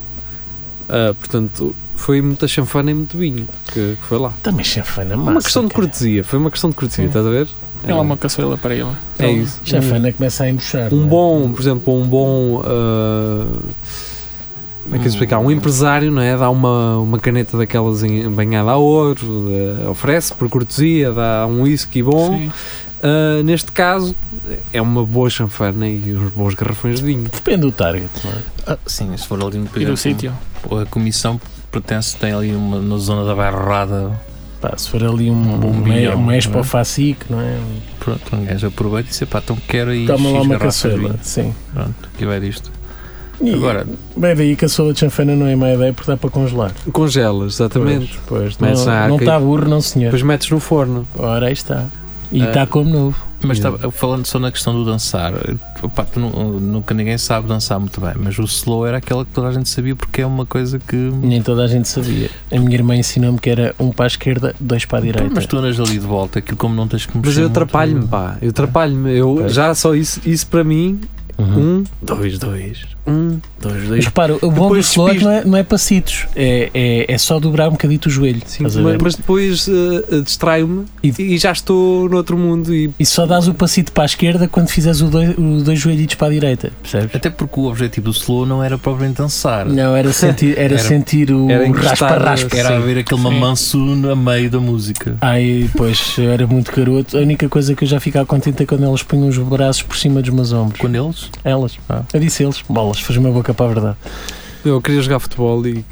ah, portanto, foi muita chanfana e muito vinho que, que foi lá. Também chanfana massa. Uma questão de cara. cortesia, foi uma questão de cortesia, Sim. estás a ver? É lá uma caçoeira para ele. É isso. Chanfana começa a embuchar. não Um é? bom, por exemplo, um bom. ah, como é que eu explicar? Hum. Um empresário, não é? Dá uma, uma caneta daquelas em- banhada a ouro, eh, oferece por cortesia, dá um whisky bom. Sim. Ah, neste caso, é uma boa chanfana e uns bons garrafões de vinho. Depende do target, não é? Ah, sim, se for ali no E do sítio. A comissão pertence, tem ali uma na zona da barrada. Pá, se for ali um, bom um, bilhão, um, um não Expo é? Facic, não é? Pronto, um gajo aproveita e diz: pá, então quero aí. Toma lá X uma garrafas de caçoela. vinho." Sim. Pronto, que vai disto. E Agora, Bem, daí caçola de chanfana não é má ideia porque dá para congelar. Congelas, exatamente. Pois, Começa a não não arca e- está burro, não senhor. Depois metes no forno. Ora, aí está. E Ah. está como novo. mas Yeah. estava- falando só na questão do dançar, pá, tu nu- nunca ninguém sabe dançar muito bem, mas o slow era aquela que toda a gente sabia porque é uma coisa que. Nem toda a gente sabia. A minha irmã ensinou-me que era um para a esquerda, dois para a direita. Mas tu andas ali de volta, aquilo como não tens que mexer. Mas eu muito, atrapalho-me, pá. Eu atrapalho-me. Eu, Pois. já só isso, isso para mim. Uhum. Um, Dois, dois. um. Dois, dois. Repara, o bom Depois do slow é que despiste. não é, não é passitos. É, é, é só dobrar um bocadito o joelho. Sim, Estás a mas, ver? mas depois eh, eh, distraio-me E- e, e já estou noutro mundo e E só dás o passito para a esquerda quando fizeres o dois, o dois joelhitos para a direita, percebes? Até porque o objetivo do slow não era propriamente dançar. Não, era sentir, era Era- sentir o era assim. encostar- raspa-raspa. Era haver aquele Sim. mamanço a meio da música. Ai, pois, eu era muito garoto. A única coisa que eu já ficava contente é quando eles punham os braços por cima dos meus ombros. Quando eles? Elas. Ah. Eu disse eles. Bolas, fez uma boca para a verdade. eu queria jogar futebol e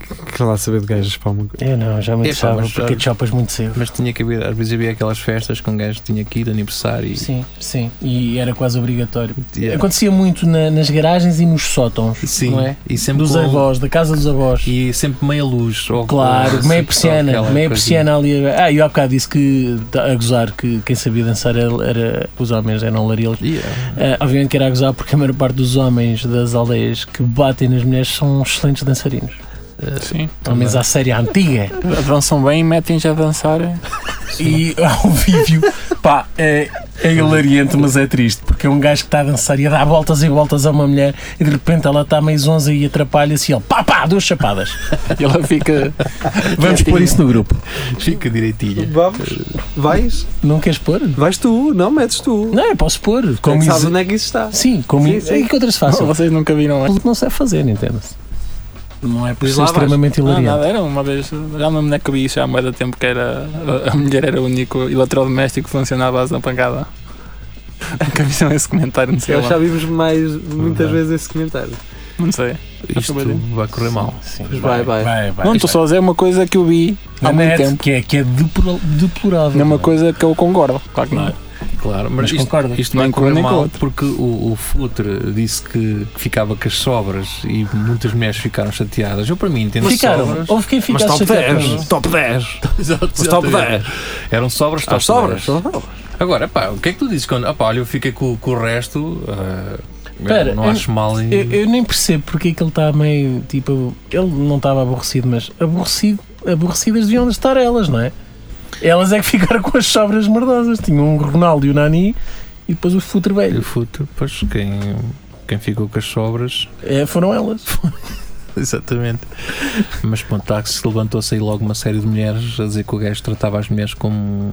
que- queria lá saber de gajas para uma coisa. Eu não, já me Epá, é deixava mas já- porque te chopas muito cedo. Mas tinha que haver, às vezes havia aquelas festas com um gajo que tinha que ir de aniversário e. Sim, sim. E era quase obrigatório. É. Yeah. Acontecia muito na- nas garagens e nos sótãos. Sim, Não é? e sempre Dos com- avós, da casa dos avós. E sempre meia luz. ou- ou- Claro, meia sempre só persiana, aquela meia coisa. persiana ali. Ah, eu há bocado disse que, tá a gozar, que quem sabia dançar era, era os homens, é eram larilos. Yeah. Ah, obviamente que era a gozar porque a maior parte dos homens das aldeias que batem nas mulheres são excelentes dançarinos. Eh, Sim. Pelo menos à série antiga. Avançam bem, metem já a dançar. E há um vídeo, pá, é, é hilariante, mas é triste, porque é um gajo que está a dançar e a dar voltas e voltas a uma mulher e de repente ela está meio zonza e atrapalha-se e ele, pá, pá, duas chapadas. E ela fica. Vamos pôr isso no grupo. Fica direitinha. Vamos, vais, Não queres pôr? vais tu, não metes tu. Não, eu posso pôr. Como Como sabes isso- onde é que isso está? Sim, como Sim, sim. é que outras Ah, fácil. Vocês nunca viram essa? Pelo que não sabe fazer, entende-se. Não é por Mas isso lá extremamente Não, hilariante. nada, era uma vez. Já uma mulher que vi isso há mais de tempo que era. A, a mulher era o único eletrodoméstico que funcionava à base da pancada. Nunca viram esse comentário, não sei Nós já lá. vimos mais, muitas vezes esse comentário. Não sei. Isto vai correr mal. Pois vai, vai. vai, Não, estou só a dizer uma coisa que eu vi há Na muito net, tempo. que é, que é depor- deplorável. Não é uma não é? coisa que eu concordo. Claro que não. Claro, Mas mas, é isto, concorda? isto vai Nem com um correr nem com o mal outro. porque o, o Futre disse que ficava com as sobras e muitas mulheres ficaram chateadas. Eu, para mim, entendo Ficaram. sobras. Houve quem ficasse chateado. top 10, Exato, exatamente. Eram sobras, top 10. Agora, pá, o que é que tu dizes quando. ah pá, olha, eu fiquei com, com o resto. ah, eu Pera, não eu- acho mal. em- Eu, eu nem percebo porque é que ele está meio tipo. Ele não estava aborrecido, mas aborrecido, aborrecidas deviam estar elas, não é? Elas é que ficaram com as sobras merdosas. Tinham o Ronaldo e o Nani e depois o Futre E o Velho. futuro, pois quem, quem ficou com as sobras. É, foram elas. Exatamente. Mas pronto, tá, que se levantou-se aí logo uma série de mulheres a dizer que o gajo tratava as mulheres como, como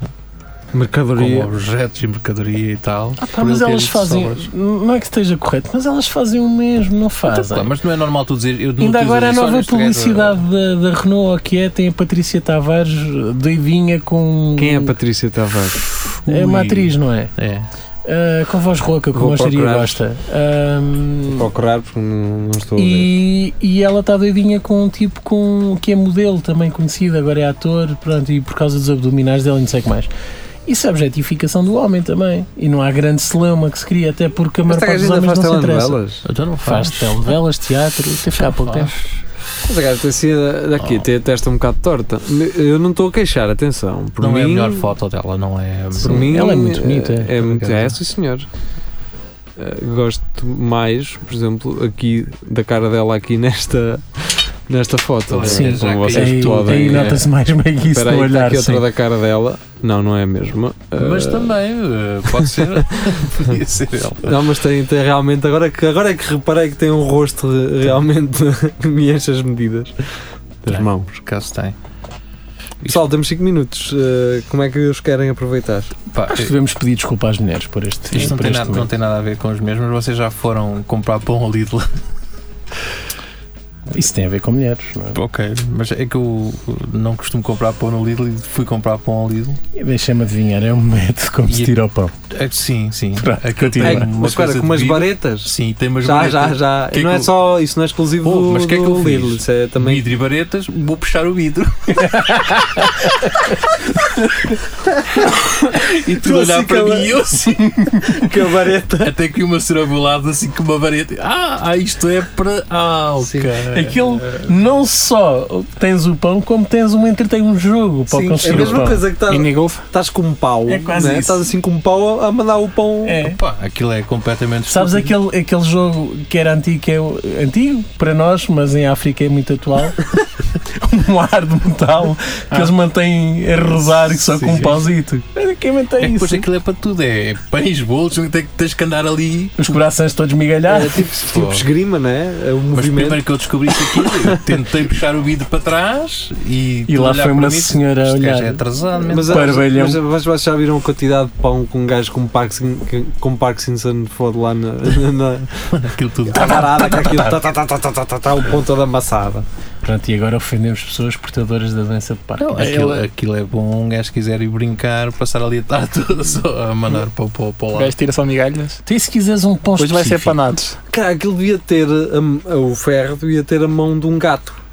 Mercadoria. objetos e mercadoria e tal. Ah, pá, por mas ele ter elas ido de fazem. sobras. Não é que esteja correto, mas elas fazem o mesmo, não Então, fazem. claro, mas não é normal tu dizer. Eu não Ainda te agora a dizer, olha, nova este gajo- publicidade da, da Renault, ou que é, tem a Patrícia Tavares doidinha com. Quem é a Patrícia Tavares? É uma Ui. atriz, não é? É. Ah, com voz rouca, Vou como a Xaria procurar. gosta. Ahm, Procurar porque não, não estou a ver. e, e ela está doidinha com um tipo com, que é modelo também conhecido, agora é ator, pronto, e por causa dos abdominais dela e não sei o que mais. Isso é objetificação do homem também. E não há grande celeuma que se cria, até porque a maior Esta parte gaja dos ainda homens faz não se interessa. telenovelas? Então não Faz faz. telenovelas, teatro, teve cá há pouco tempo. Mas a gaja tem sido daqui, Oh. tem a testa um bocado torta. Eu não estou a queixar, atenção. Por não mim, é a melhor foto dela, não é. Por mim, Ela é muito bonita, É, é muito, acaso. é, sim senhor. Eh, Gosto mais, por exemplo, aqui da cara dela aqui nesta, nesta foto. Olha, Sim, já é como caí. vocês Aí- podem. aí eh, nota-se mais bem que Espera aí, está aqui outra da cara dela. Não, não é a mesma. Mas Eh, também, eh, pode ser. Podia ser ela. Não, mas tem, tem realmente. Agora que, agora é que reparei que tem um rosto re- realmente que me enche as medidas das Tem. mãos. Por acaso tem. Pessoal, temos 5 minutos. eh, como é que os querem aproveitar? Pá, Acho que devemos pedir desculpa às mulheres por este isto não por tem, este nada, não momento. tem nada a ver com os mesmos. Vocês já foram comprar pão ao Lidl. Isso tem a ver com mulheres, não é? Ok, mas é que eu não costumo comprar pão no Lidl e fui comprar pão ao Lidl. Deixa-me adivinhar, é um método como E- se tira o pão. É que sim, sim. Pronto, Aquilo tem continua. uma mas espera, coisa com de umas vidro. varetas? Sim, tem umas Já, varetas. já, já. Que é não que é eu- só. Isso não é exclusivo Oh, mas do, que é que eu Lidl. fiz? Isso é também. Vidro e varetas, vou puxar o vidro. e tu Trouxe olhar para aquela- mim e eu assim. Que a vareta. Até que uma cerebulada assim com uma vareta. Ah, ah, isto é para. Ah, ok. Aquilo não só tens o pão, como tens um entretém um jogo para Sim, é a conseguir o mesma pão. coisa que estás. Mini Golf? Estás com um pau. É quase né? isso. Estás assim com um pau a a mandar o pão. É. Pá, aquilo é completamente. Sabes estúpido. aquele, aquele jogo que era antigo, que é o- antigo para nós, mas em África é muito atual? um ar de metal que eles mantêm a rodar e só Sim. com um pauzito. Quem mantém É que isso? depois aquilo é para tudo. É pães, bolos, tem que- tens que andar ali. Os corações todos É migalhados. tipo, tipo esgrima, né? É o Mas movimento. primeiro que eu descobri isso aquilo, eu tentei puxar o vidro para trás e. E tu lá olhar foi para uma mim, senhora a Este gajo olhar. é atrasado, Mas, Parvalhão. mas, mas vocês já viram a quantidade de pão que um gajo com, Parkinson, que- com Parkinson fode lá na, na, aquilo tudo. na parada, que aquilo tá, tá, tá, tá, tá, tá, tá, tá, o pão toda amassada. Pronto, e agora ofendemos pessoas portadoras da doença de Parkinson. Aquilo, aquilo é bom, um gajo quiser ir brincar, passar ali a tarde toda só a mandar para, para, para O lá. gajo tira só migalhas. Tu e se quiseres um pão Depois vai ser específico? panados. Cara, aquilo devia ter, hum, a- a- o ferro devia ter a mão de um gato.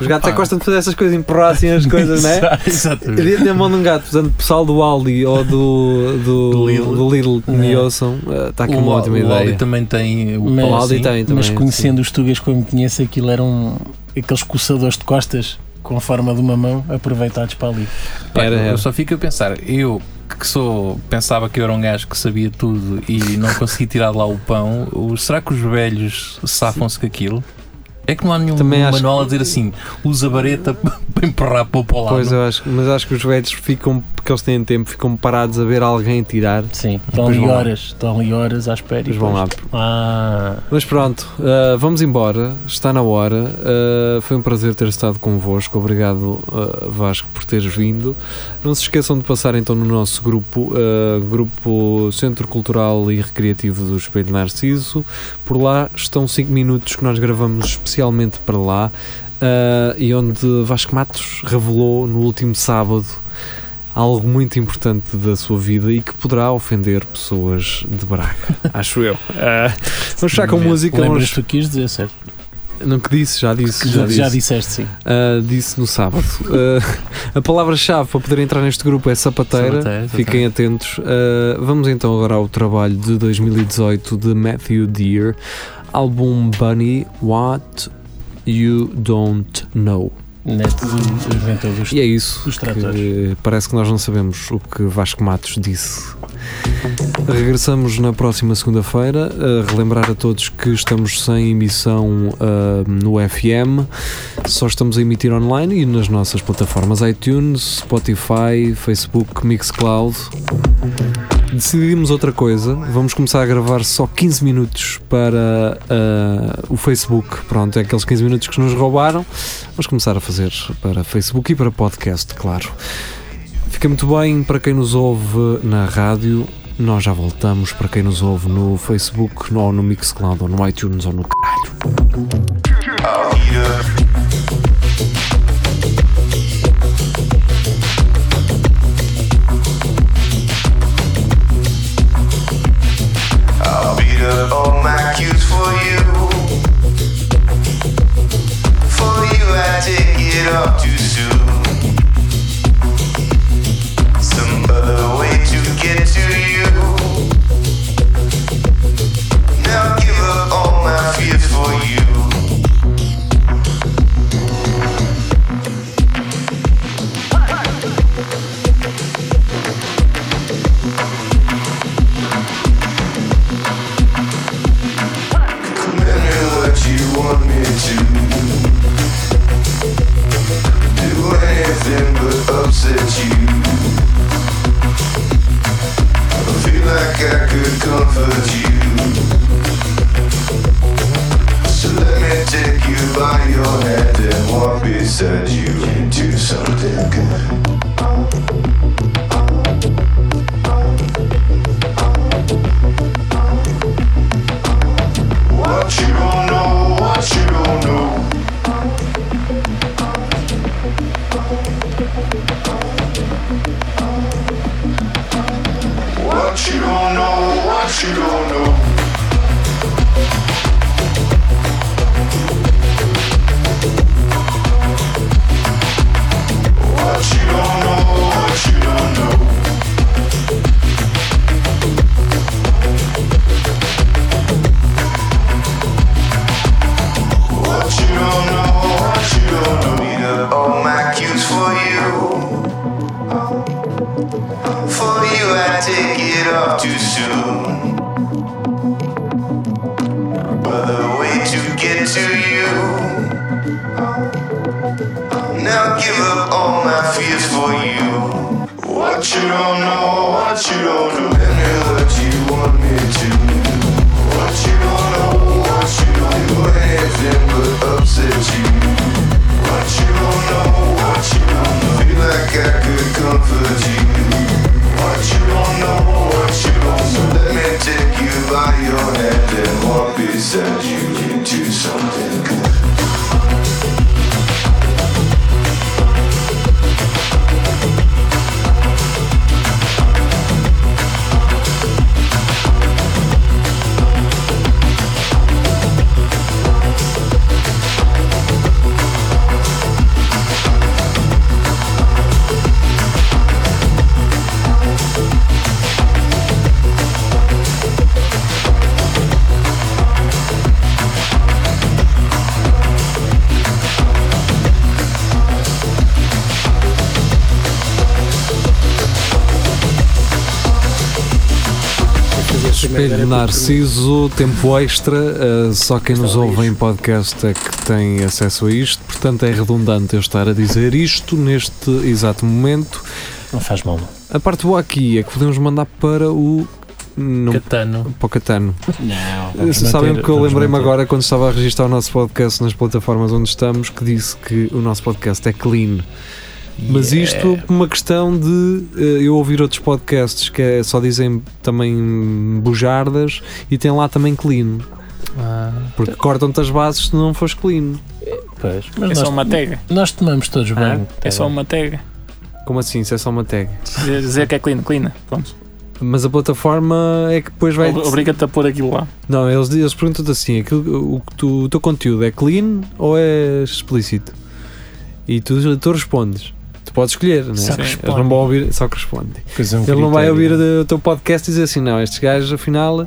Os gatos é que Ah. gostam de fazer essas coisas, empurrar assim as coisas, né? Exatamente. Devia ter a mão de um gato, portanto, pessoal do Aldi ou do, do, Do Lidl. do Lidl que me É. ouçam, está aqui O, uma ótima o Aldi ideia. também tem o Mas- pão O Aldi assim. tem também. Mas sim. conhecendo os tugas como conheço, aquilo eram aqueles coçadores de costas com a forma de uma mão aproveitados para ali. Pá, Era, era. Eu só fico a pensar, eu que sou, pensava que eu era um gajo que sabia tudo e não consegui tirar de lá o pão, o- será que os velhos safam-se com aquilo? É que não há nenhum Também acho manual a dizer assim, usa vareta para empurrar para o para lá. Pois é, não? eu acho, mas acho que os velhos ficam, porque eles têm tempo, ficam parados a ver alguém tirar. Sim, estão Depois ali vão lá. horas, estão ali horas à espera. e Eles vão depois- lá Ah, Mas pronto, uh, vamos embora, está na hora. uh, foi um prazer ter estado convosco. Obrigado, uh, Vasco, por teres vindo. Não se esqueçam de passar então no nosso grupo, uh, Grupo Centro Cultural e Recreativo do Espelho Narciso. Por lá estão 5 minutos que nós gravamos especialmente para lá uh, e onde Vasco Matos revelou no último sábado. Algo muito importante da sua vida e que poderá ofender pessoas de Braga, acho eu. Uh, Vamos já com Lembra- música. lembras Vamos... tu que quis dizer, certo? Não que disse, já disse. Já, disse. já disseste, sim. Ah, disse no sábado. Ah, a palavra-chave para poder entrar neste grupo é sapateira. Tá, Sapateira, Fiquem atentos. Ah, vamos então agora ao trabalho de 2018 de Matthew Deere, álbum Bunny What You Don't Know. Neste do inventor dos E é isso. Os tratores. que parece que nós não sabemos o que Vasco Matos disse. Regressamos na próxima segunda-feira. A relembrar a todos que estamos sem emissão ah, no FM, só estamos a emitir online e nas nossas plataformas iTunes, Spotify, Facebook, Mixcloud. Decidimos outra coisa, vamos começar a gravar só 15 minutos para ah, o Facebook. Pronto, é aqueles 15 minutos que nos roubaram. Vamos começar a fazer para Facebook e para podcast, claro. Fica muito bem para quem nos ouve na rádio. Nós já voltamos para quem nos ouve no Facebook, ou no Mixcloud, ou no iTunes, ou no caralho. I'll beat up all my cues for you. For you, I take it up too soon. Some other way to get to you. Now give up all my fears for you. into something good. What you don't know, what you don't know. What you don't know, what you don't know. What you don't know, what you don't know. What you don't know, what you don't know. Meet up all my cues for you. For you, I take it off too soon. But the way to get to you. Now give up all my fears for you. What you don't know, what you don't know, and what you want me to do. What you don't know, what you don't know, anything but upset you. What you don't know, what you don't know, feel like I could comfort you. What you don't know, what you don't know, let me take you by your hand and walk beside you into something good. Espelho Narciso, tempo extra. uh, só quem nos ouve em podcast é que tem acesso a isto. Portanto, é redundante eu estar a dizer isto neste exato momento. Não faz mal. A parte boa aqui é que podemos mandar para o. Não, Catano. para o Catano. Não. Vocês Sabem porque eu lembrei-me agora quando estava a registrar o nosso podcast nas plataformas onde estamos que disse que o nosso podcast é clean. Mas isto por uma questão de eh, eu ouvir outros podcasts que é- só dizem também bujardas e tem lá também clean. Porque cortam-te as bases se não fores clean. Pois. Mas É nós, só uma tag. nós tomamos todos bem. É só uma tag. Como assim? Isso é só uma tag. Dizer- Dizer que é clean, clean. Pronto. Mas a plataforma é que depois vai. Ob- Obriga-te a pôr aquilo lá. Não, eles, eles perguntam-te assim: aquilo, o, que tu- o teu conteúdo é clean ou é explícito? E tu, tu respondes. Tu podes escolher, não é? Só que Sim. Eles não vão ouvir, só que respondem. Pois é, um Ele não vai critério. ouvir de- o teu podcast e dizer assim: não, estes gajos, afinal.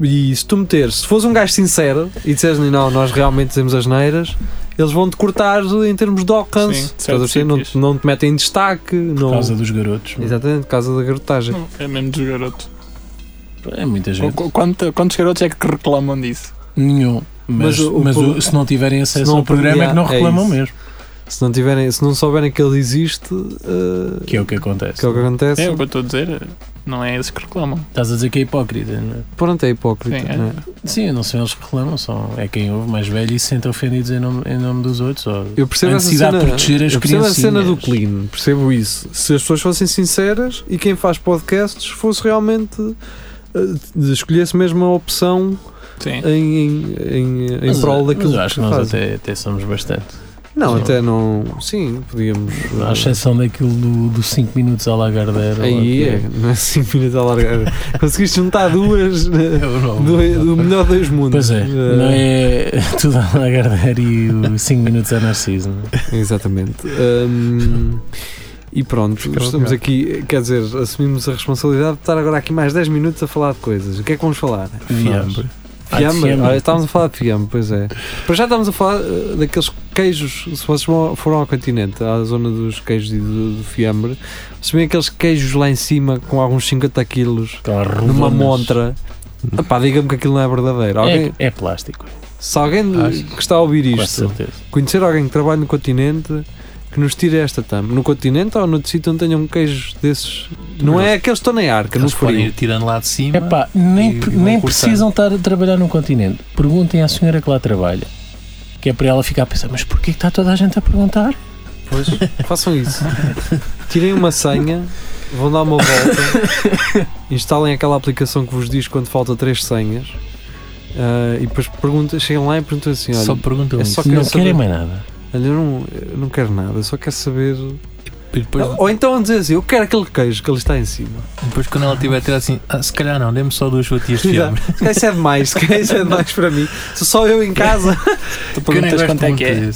E se tu meteres, se fores um gajo sincero e disseres não, nós realmente dizemos as neiras, eles vão te cortar em termos de Sim, alcance. certos Estás a perceber? não, sítios. te- não te metem em destaque. Não, Por causa dos garotos. Exatamente, por causa da garotagem. Não, É mesmo dos garotos. É muita Qu- gente. qu- quanto- quantos garotos é que reclamam disso? Nenhum. Mas, Mas o- mas o- o- se não tiverem acesso não ao programa é que não apoiar, é reclamam isso. mesmo. Se, não tiverem, se não souberem que ele existe, eh, Que é o que acontece. que é o que acontece. É o que eu estou a dizer. Não é esses que reclamam. Estás a dizer que é hipócrita, não é? Pronto, é hipócrita. Sim, é. não é? Sim, eu não sei, eles reclamam, são, é quem ouve mais velho e se sente ofendidos em nome, em nome dos outros. Ou Eu percebo a essa necessidade cena, de proteger as eu percebo a cena do criancinhas. clean, percebo isso. Se as pessoas fossem sinceras e quem faz podcasts fosse realmente eh, de- escolhesse mesmo a opção Sim. em, em, em, em Mas, prol daquilo mas eu acho que que nós fazem. até, até somos bastante. Não, Sim. até não. Sim, podíamos. eh, À exceção daquilo do- dos 5 minutos à lagardeira. Aí é, não é 5 minutos a largar. Conseguiste juntar duas. eh, Do, do melhor dos mundos. É Pois é, Eh, não é tudo à lagardeira e o 5 minutos a narciso. não é? Exatamente. Hum, e pronto, estamos bacana. aqui, quer dizer, assumimos a responsabilidade de estar agora aqui mais 10 minutos a falar de coisas. O que é que vamos falar? Fiambre. Ah, de Fiambre? fiambre. Ah, estávamos a falar de fiambre, pois é. Para já estávamos a falar eh, daqueles queijos, se vocês vão- foram ao continente, à zona dos queijos e do, do fiambre, se bem aqueles queijos lá em cima com alguns 50 quilos, Com as numa rodonas. montra, Epá, diga-me que aquilo não é verdadeiro. Alguém- É, é plástico, se alguém Acho. que está a ouvir com isto certeza. conhecer alguém que trabalhe no continente que nos tire esta tampa. No continente ou noutro sítio onde tenham queijos desses. Não é aqueles que estão na arca, no Eles podem ir frio. É, tirando lá de cima. Epá, nem, E vão nem cortando. precisam estar a trabalhar no continente. Perguntem à senhora que lá trabalha. Que é para ela ficar a pensar, mas porquê que está toda a gente a perguntar? Pois, façam isso. Tirem uma senha, vão dar uma volta, instalem aquela aplicação que vos diz quando falta três senhas ah, e depois perguntam, chegam lá e perguntam assim: olha, Só perguntam é isso. só Não quero saber- querem mais nada. olha, eu não, eu não quero nada, só quero saber. E depois, Ou então dizer assim: eu quero aquele queijo que ele está em cima. depois quando ela tiver tirado assim, "Ah, se calhar não, dê-me só duas fatias de Exato. fiambre. Se calhar isso é demais, se calhar isso é demais para mim. Sou só eu em casa. Tu perguntas quanto é que é.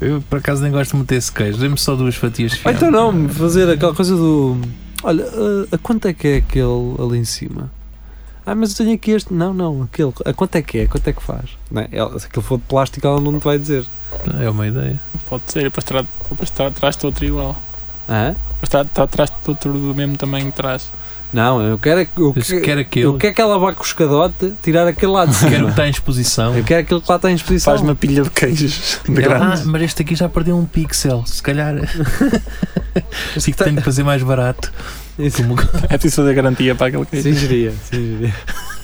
Eu por acaso nem gosto muito desse queijo, dê-me só duas fatias de Ou fiambre. então não, fazer aquela coisa do. Olha, a, a quanto é que é aquele ali em cima? Ah, mas eu tenho aqui este. Não, não, aquele. A quanto é que é? Quanto é que faz? Não é? Ela- se aquele for de plástico, ela não te vai dizer. É uma ideia. Pode ser, depois tra- depois tra- traz-te outro igual. Hã? Depois tra- tra- traz-te outro do mesmo tamanho que traz. Não, eu quero é que. Eu, Eu que- quero aquele, eu quero que ela vá com o escadote tirar aquele lado de quero o que cima. está em exposição. Eu quero aquele que lá está em exposição. Faz uma pilha de queijos de Ela, grande. ah, mas este aqui já perdeu um pixel, se calhar. Assim que tenho que fazer mais barato. Isso. Como É preciso fazer garantia para aquele queijo. Sim, geria. Sim, geria.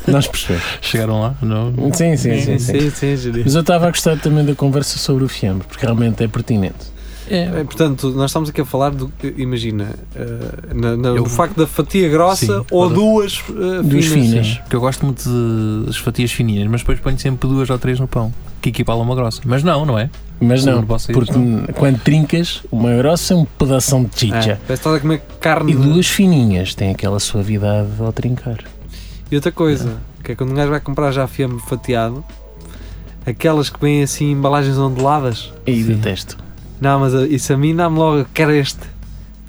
Nós percebemos. chegaram lá? Não. Sim, sim, sim. Sim, sim. sim, sim, geria. Mas eu estava a gostar também da conversa sobre o fiambre, porque realmente é pertinente. É, portanto, nós estamos aqui a falar do. Imagina, eh, na- na- Eu- do facto da fatia grossa Sim, ou pode- duas eh, Duas finas. finas. Porque eu gosto muito de- das fatias fininhas, mas depois ponho sempre duas ou três no pão, que equipala uma grossa. Mas não, não é? Mas não, Sobre vocês, porque quando trincas, uma grossa é um pedação de É, chicha. parece que estás a comer carne. E de- duas fininhas têm aquela suavidade ao trincar. E outra coisa, que é quando um gajo vai comprar já fiambre fatiado, aquelas que vêm assim em embalagens onduladas. E detesto. Não, mas a- isso a mim dá-me logo, eu quero este.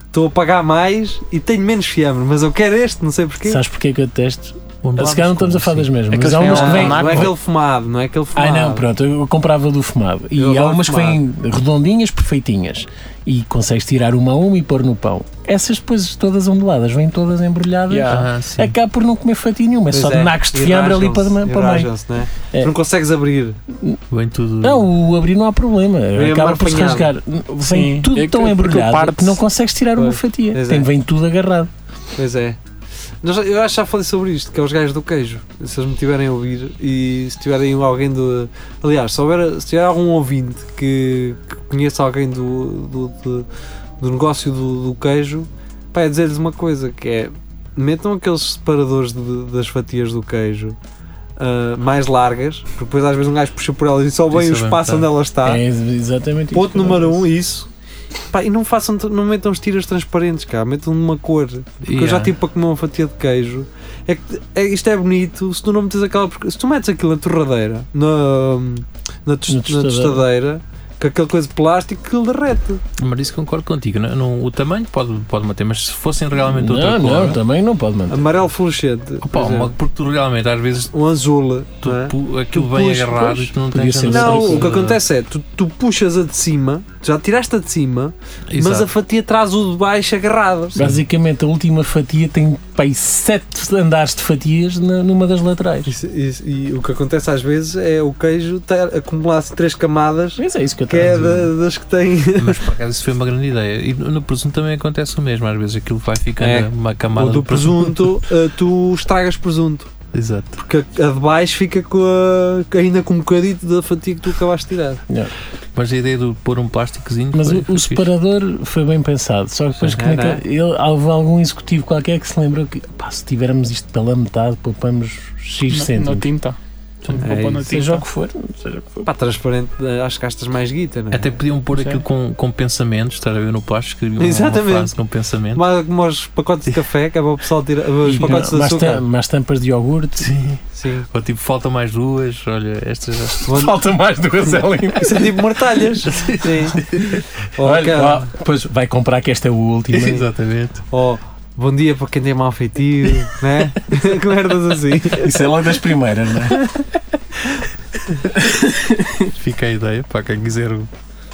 Estou a pagar mais e tenho menos fiambre, mas eu quero este, não sei porquê. Sabes porquê que eu detesto? Onde Se calhar não estamos a falar das mesmas, mas Aqueles há que umas não, que vêm. não é aquele fumado, não é aquele fumado. Ah, não, pronto, eu comprava do fumado. E Eu há adoro umas que vêm redondinhas, perfeitinhas. E consegues tirar uma a uma e pôr no pão. Essas depois todas onduladas, vêm todas embrulhadas. Ah, sim. Acaba por não comer fatia nenhuma, é Pois só é, nacos de fiambre ali para, enrajam-se, para meio. enrajam-se, não é? É. Tu Não consegues abrir. Vem tudo. Não, o abrir não há problema. Vem Acaba por se rasgar. amarfanhado. Vem Sim, tudo é que- tão porque embrulhado parte- que não consegues tirar uma Pois, fatia. pois Tem- é. Vem tudo agarrado. Pois é. Nós- eu acho que já falei sobre isto, que é os gajos do queijo. Se eles me tiverem a ouvir e se tiverem alguém do. Aliás, se, houver, se tiver algum ouvinte que, que conheça alguém do, do, do- do negócio do, do queijo, pá, é dizer-lhes uma coisa: que é metam aqueles separadores de- das fatias do queijo ah, mais largas, porque depois às vezes um gajo puxa por elas e só vem o Isso é bem espaço onde verdade. ela está. É exatamente Ponto isso. número um, isso. Pá, e não façam, não metam os tiras transparentes, cá, metam de uma cor. Porque eu já Yeah. tive para comer uma fatia de queijo. É que é, isto é bonito. Se tu não metes aquela. porca- Se tu metes aquilo na torradeira, na, na, tos- Na na tostadeira. tostadeira, com aquela coisa de plástico, aquilo derrete. Mas isso concordo contigo. Não, é? não- o tamanho pode, pode manter, mas se fossem realmente outra Não, cor. não, também não pode manter. Amarelo fluorescente. Opa, por uma- exemplo. porque tu realmente às vezes Um azul. não é? pu- aquilo Tu vem pus- agarrado pois, e tu não podia tens ser a noção Não, de- o que acontece é, tu, tu puxas a de cima, já tiraste a de cima, mas Exato. a fatia traz o de baixo agarrado. Basicamente, a última fatia tem pai, sete andares de fatias na- numa das laterais. Isso- isso- e o que acontece às vezes é o queijo ter, acumular-se três camadas, Mas é isso que eu que estava a é dizer. da- das que têm. Mas por acaso isso foi uma grande ideia. E no no presunto também acontece o mesmo, às vezes aquilo vai ficando É. uma camada O do presunto, eh, tu estragas presunto. Exato. Porque a a de baixo fica com a- ainda com um bocadito da fatia que tu acabaste de tirar. Mas a ideia de pôr um plásticozinho. Mas foi- o, foi o fixe. separador foi bem pensado, só que depois que É, não naquela- ele, houve algum executivo qualquer que se lembrou que pá, se tivermos isto pela metade, poupamos X Na- Na cêntimos. tinta. É Poupa na isso. Seja o tinta. que for, seja o que for. Pá, transparente, eh, acho que gastas mais guita, não é? Até podiam pôr Sim. aquilo com, com pensamentos, estás a ver no plástico, escreviam uma- uma Exatamente. frase com pensamento. Mais como os pacotes de café, que é para o pessoal tirar os E pacotes de mais, açúcar. tam- mais tampas de iogurte. Sim. Sim. Ou tipo, falta mais duas, olha, estas. Falta mais duas Ellen. Isso é tipo mortalhas. Sim. Ou, Olha, aquela- pá, depois vai comprar que esta é a última. Exatamente. ou, bom dia para quem tem mau feitio, não é? que merdas assim. Isso é logo das primeiras, não é? Fica a ideia para quem quiser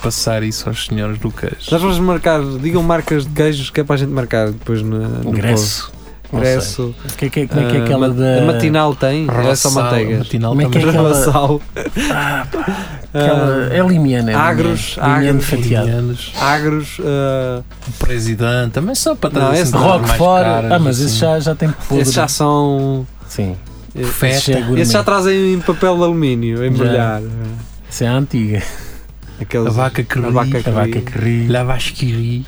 passar isso aos senhores do queijo. Nós vamos marcar, digam marcas de queijos que é para a gente marcar depois na, no Ingresso. post. Não sei. Ingresso. Que, é que, é- como é que é Ah, aquela ma- da. A matinal tem, é só Relaçal- manteigas. Ah, matinal Como é que também. é que- Aquela- Ah, Relaçal. Aquela, é limiana. é Agros, limiana, limiana agros. fatiada. Italianos, Ah, Agros. ah, Presidente, também só para Não, trazer esse coisas mais Roquefort. caras, Ah, mas esse assim. já, já tem podre. esses já são. Sim. Feta. Esse já é gourmet. Esses já trazem em papel de alumínio, a embrulhar. Isso é a antiga. eh, Aqueles, A vaca que a ri. vaca que A vaca ri. que ri. La vasque ri.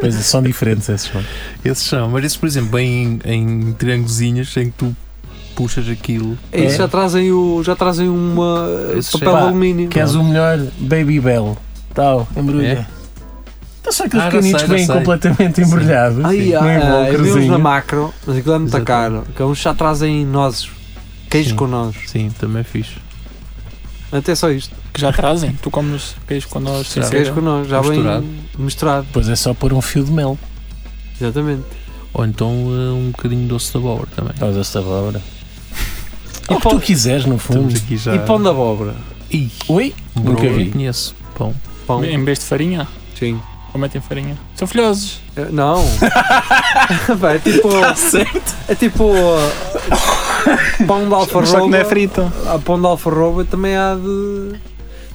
Pois são diferentes esses, mano. Esses são, mas esses, por exemplo, bem em, em triângulozinhos em que tu puxas aquilo. É, isso já trazem, o, já trazem uma eh, Esses papel pá, é de alumínio. Queres o melhor? Baby Bell. Tal, embrulha. Então só aqueles Ah, já pequeninos sei, que já vêm sei. completamente Sim. embrulhados. Ai, Sim. ai, Nem ai, vão, vimos na cruzinho. macro, mas aquilo é muito Exatamente. caro. Que uns já trazem nozes, queijo Sim. com nozes. Sim, também é fixe. Até só isto. Que já trazem. Tu comes queijo quando nós sem Misturado. Queijo cera. com nozes, já bem Misturado. misturado. Depois é só pôr um fio de mel. Exatamente. Ou então eh, um bocadinho de doce de abóbora também. Faz esta abóbora. E É O que pão- tu quiseres, no fundo. Estamos aqui já. E pão de abóbora. Ih, Oi? broa, Nunca vi. conheço. Pão. Pão. Em vez de farinha, Sim. ou metem farinha. São filhosos. Eh, Não. Pá, é tipo. É tipo. Pão de Só que não é alfarroba. frito. A pão de alfarroba também há de.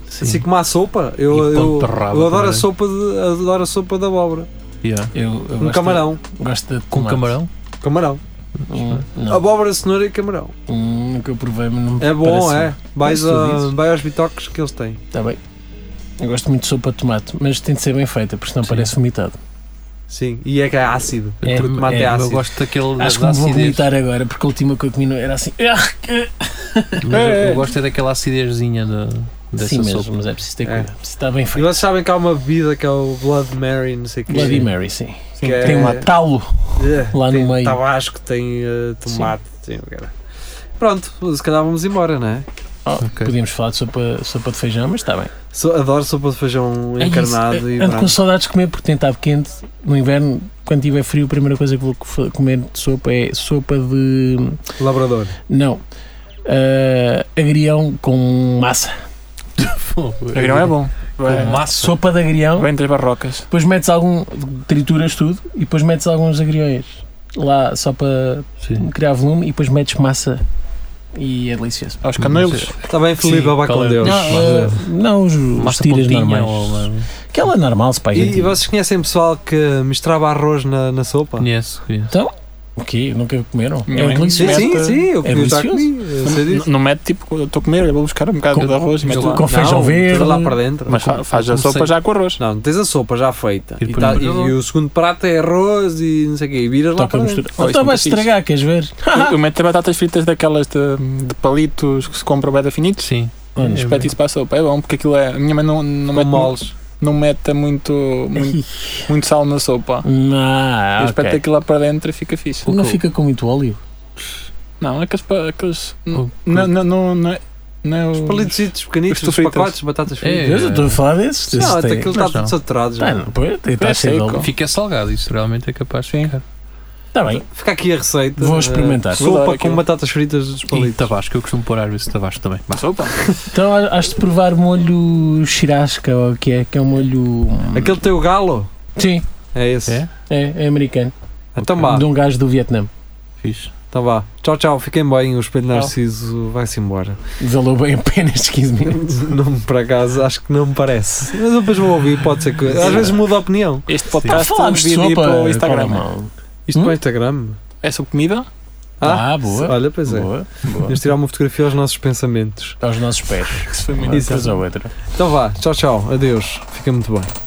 Assim como há sopa. Eu, E pão eu, de rabo eu adoro, a também. sopa de, adoro a sopa de abóbora. Yeah. é? Eu, eu Um gosto camarão. de- Gosto de Com tomate. camarão? Camarão. Hum, não. Abóbora, cenoura e camarão. Hum, nunca provei, mas não me É bom, parece é. Vais, Parece a- tu dizes. vai aos bitoques que eles têm. Está bem. Eu gosto muito de sopa de tomate, mas tem de ser bem feita, porque senão parece vomitado. Sim. E é que é ácido. É, o tomate é, é, Eu ácido. gosto daquele da- Acho que da me vou acidez. vomitar agora, porque a última que eu comi não- era assim. "Ah, que-" Mas eu, eu gosto é daquela acidezinha da, dessa Sim, mas, sopa. mas é preciso ter É. cuidado. Se está bem E feito. vocês sabem que há uma bebida que é o Blood Mary, não sei o que. Bloody Mary, sim. Que é- Tem um atalo. É, lá no tem meio. Tabasco, tem eh, tomate. Tem, cara. Pronto, se calhar vamos embora, não é? Oh, Ok. Podíamos falar de sopa, sopa de feijão, mas está bem. So- adoro sopa de feijão É um encarnado isso. e Ando com branco. saudades de comer, porque tem estado quente. No inverno, quando tiver frio, a primeira coisa que vou co- comer de sopa é sopa de. Labrador. Não. Ah, agrião com massa. O agrão é bom. Com massa. Sopa de agrião. Vem das barrocas. Depois metes algum. trituras tudo e depois metes alguns agriões lá só para Sim. criar volume e depois metes massa e é delicioso. Aos canelos. Está Tá bem, Filipe, Sim, vá com qual é? Deus. Não, ah, não os, os Massa tiras pontinha normais. ou é uma- Aquela normal, se pá, E, gente. e vocês conhecem pessoal que misturava arroz na, na sopa? Conheço, conheço. O quê? Nunca comeram? Minha é mãe- Sim, delicioso. sim, Mete- sim, eu é eu já delicioso. comi. Eu sei N- disso. Não mete tipo, eu estou a comer, eu vou buscar um bocado Com- de arroz e mete com- lá. Com feijão Não, verde. tudo lá para dentro. Mas fa- faz a com sopa sei- já com arroz. Não, tens a sopa já feita. E E, depois tá- no e- brilhador. e o segundo prato é arroz e não sei o quê. E viras lá Toca para a dentro. mistura. Oh, isso Então nunca vais fiz. estragar, queres ver? Eu, eu meto batatas fritas daquelas de, de palitos que se compram bem definidos. Sim. Olha, É Espeto isso para a sopa, é bom, porque aquilo é. A minha mãe não, não, Com mete, moles. não mete muito, muito, muito sal na sopa. Ah, eu ok. espeto aquilo lá para dentro e fica fixe. Não fica com muito óleo. Não, aqueles. pa- aqueles O- não, não, não, não é. Não é Os palitositos pequenitos, Os os fritas. pacotes de batatas fritas. É, Deus, eu estou a falar desses. desses Não, até tem- aquilo mas está não. tudo saturado já. Tá, não, pois, É está cheio de seco. óleo. Fica salgado, isso realmente é capaz de ficar. Está bem. Fica aqui a receita. Vou eh, experimentar. Vou dar Sopa com aquilo. batatas fritas dos E palitos. tabasco, eu costumo pôr às vezes tabasco também. Bah, Sopa? Então há- has de provar molho chirasca, ou o que é, que é um molho. Aquele teu galo Sim, é esse. É? é, é americano. Então vá, De um gajo do Vietnã. Fixe. então vá. Tchau, tchau. Fiquem bem. O espelho narciso vai-se embora. Valeu bem apenas 15 minutos. Não, por acaso, acho que não me parece. Mas eu depois vou ouvir. Pode ser que. é. Às vezes muda a opinião. Este Ah, podcast falámos de devia ir sopa. para o qual Instagram. é mal? Isto Hum? para o Instagram. É sobre comida? Ah, boa. Olha, pois é. Boa, boa. Vamos tirar uma fotografia aos nossos pensamentos. Aos nossos pés. Que se foi Uma muito. coisa ou outra. Então vá. Tchau, tchau. Adeus. Fica muito bem.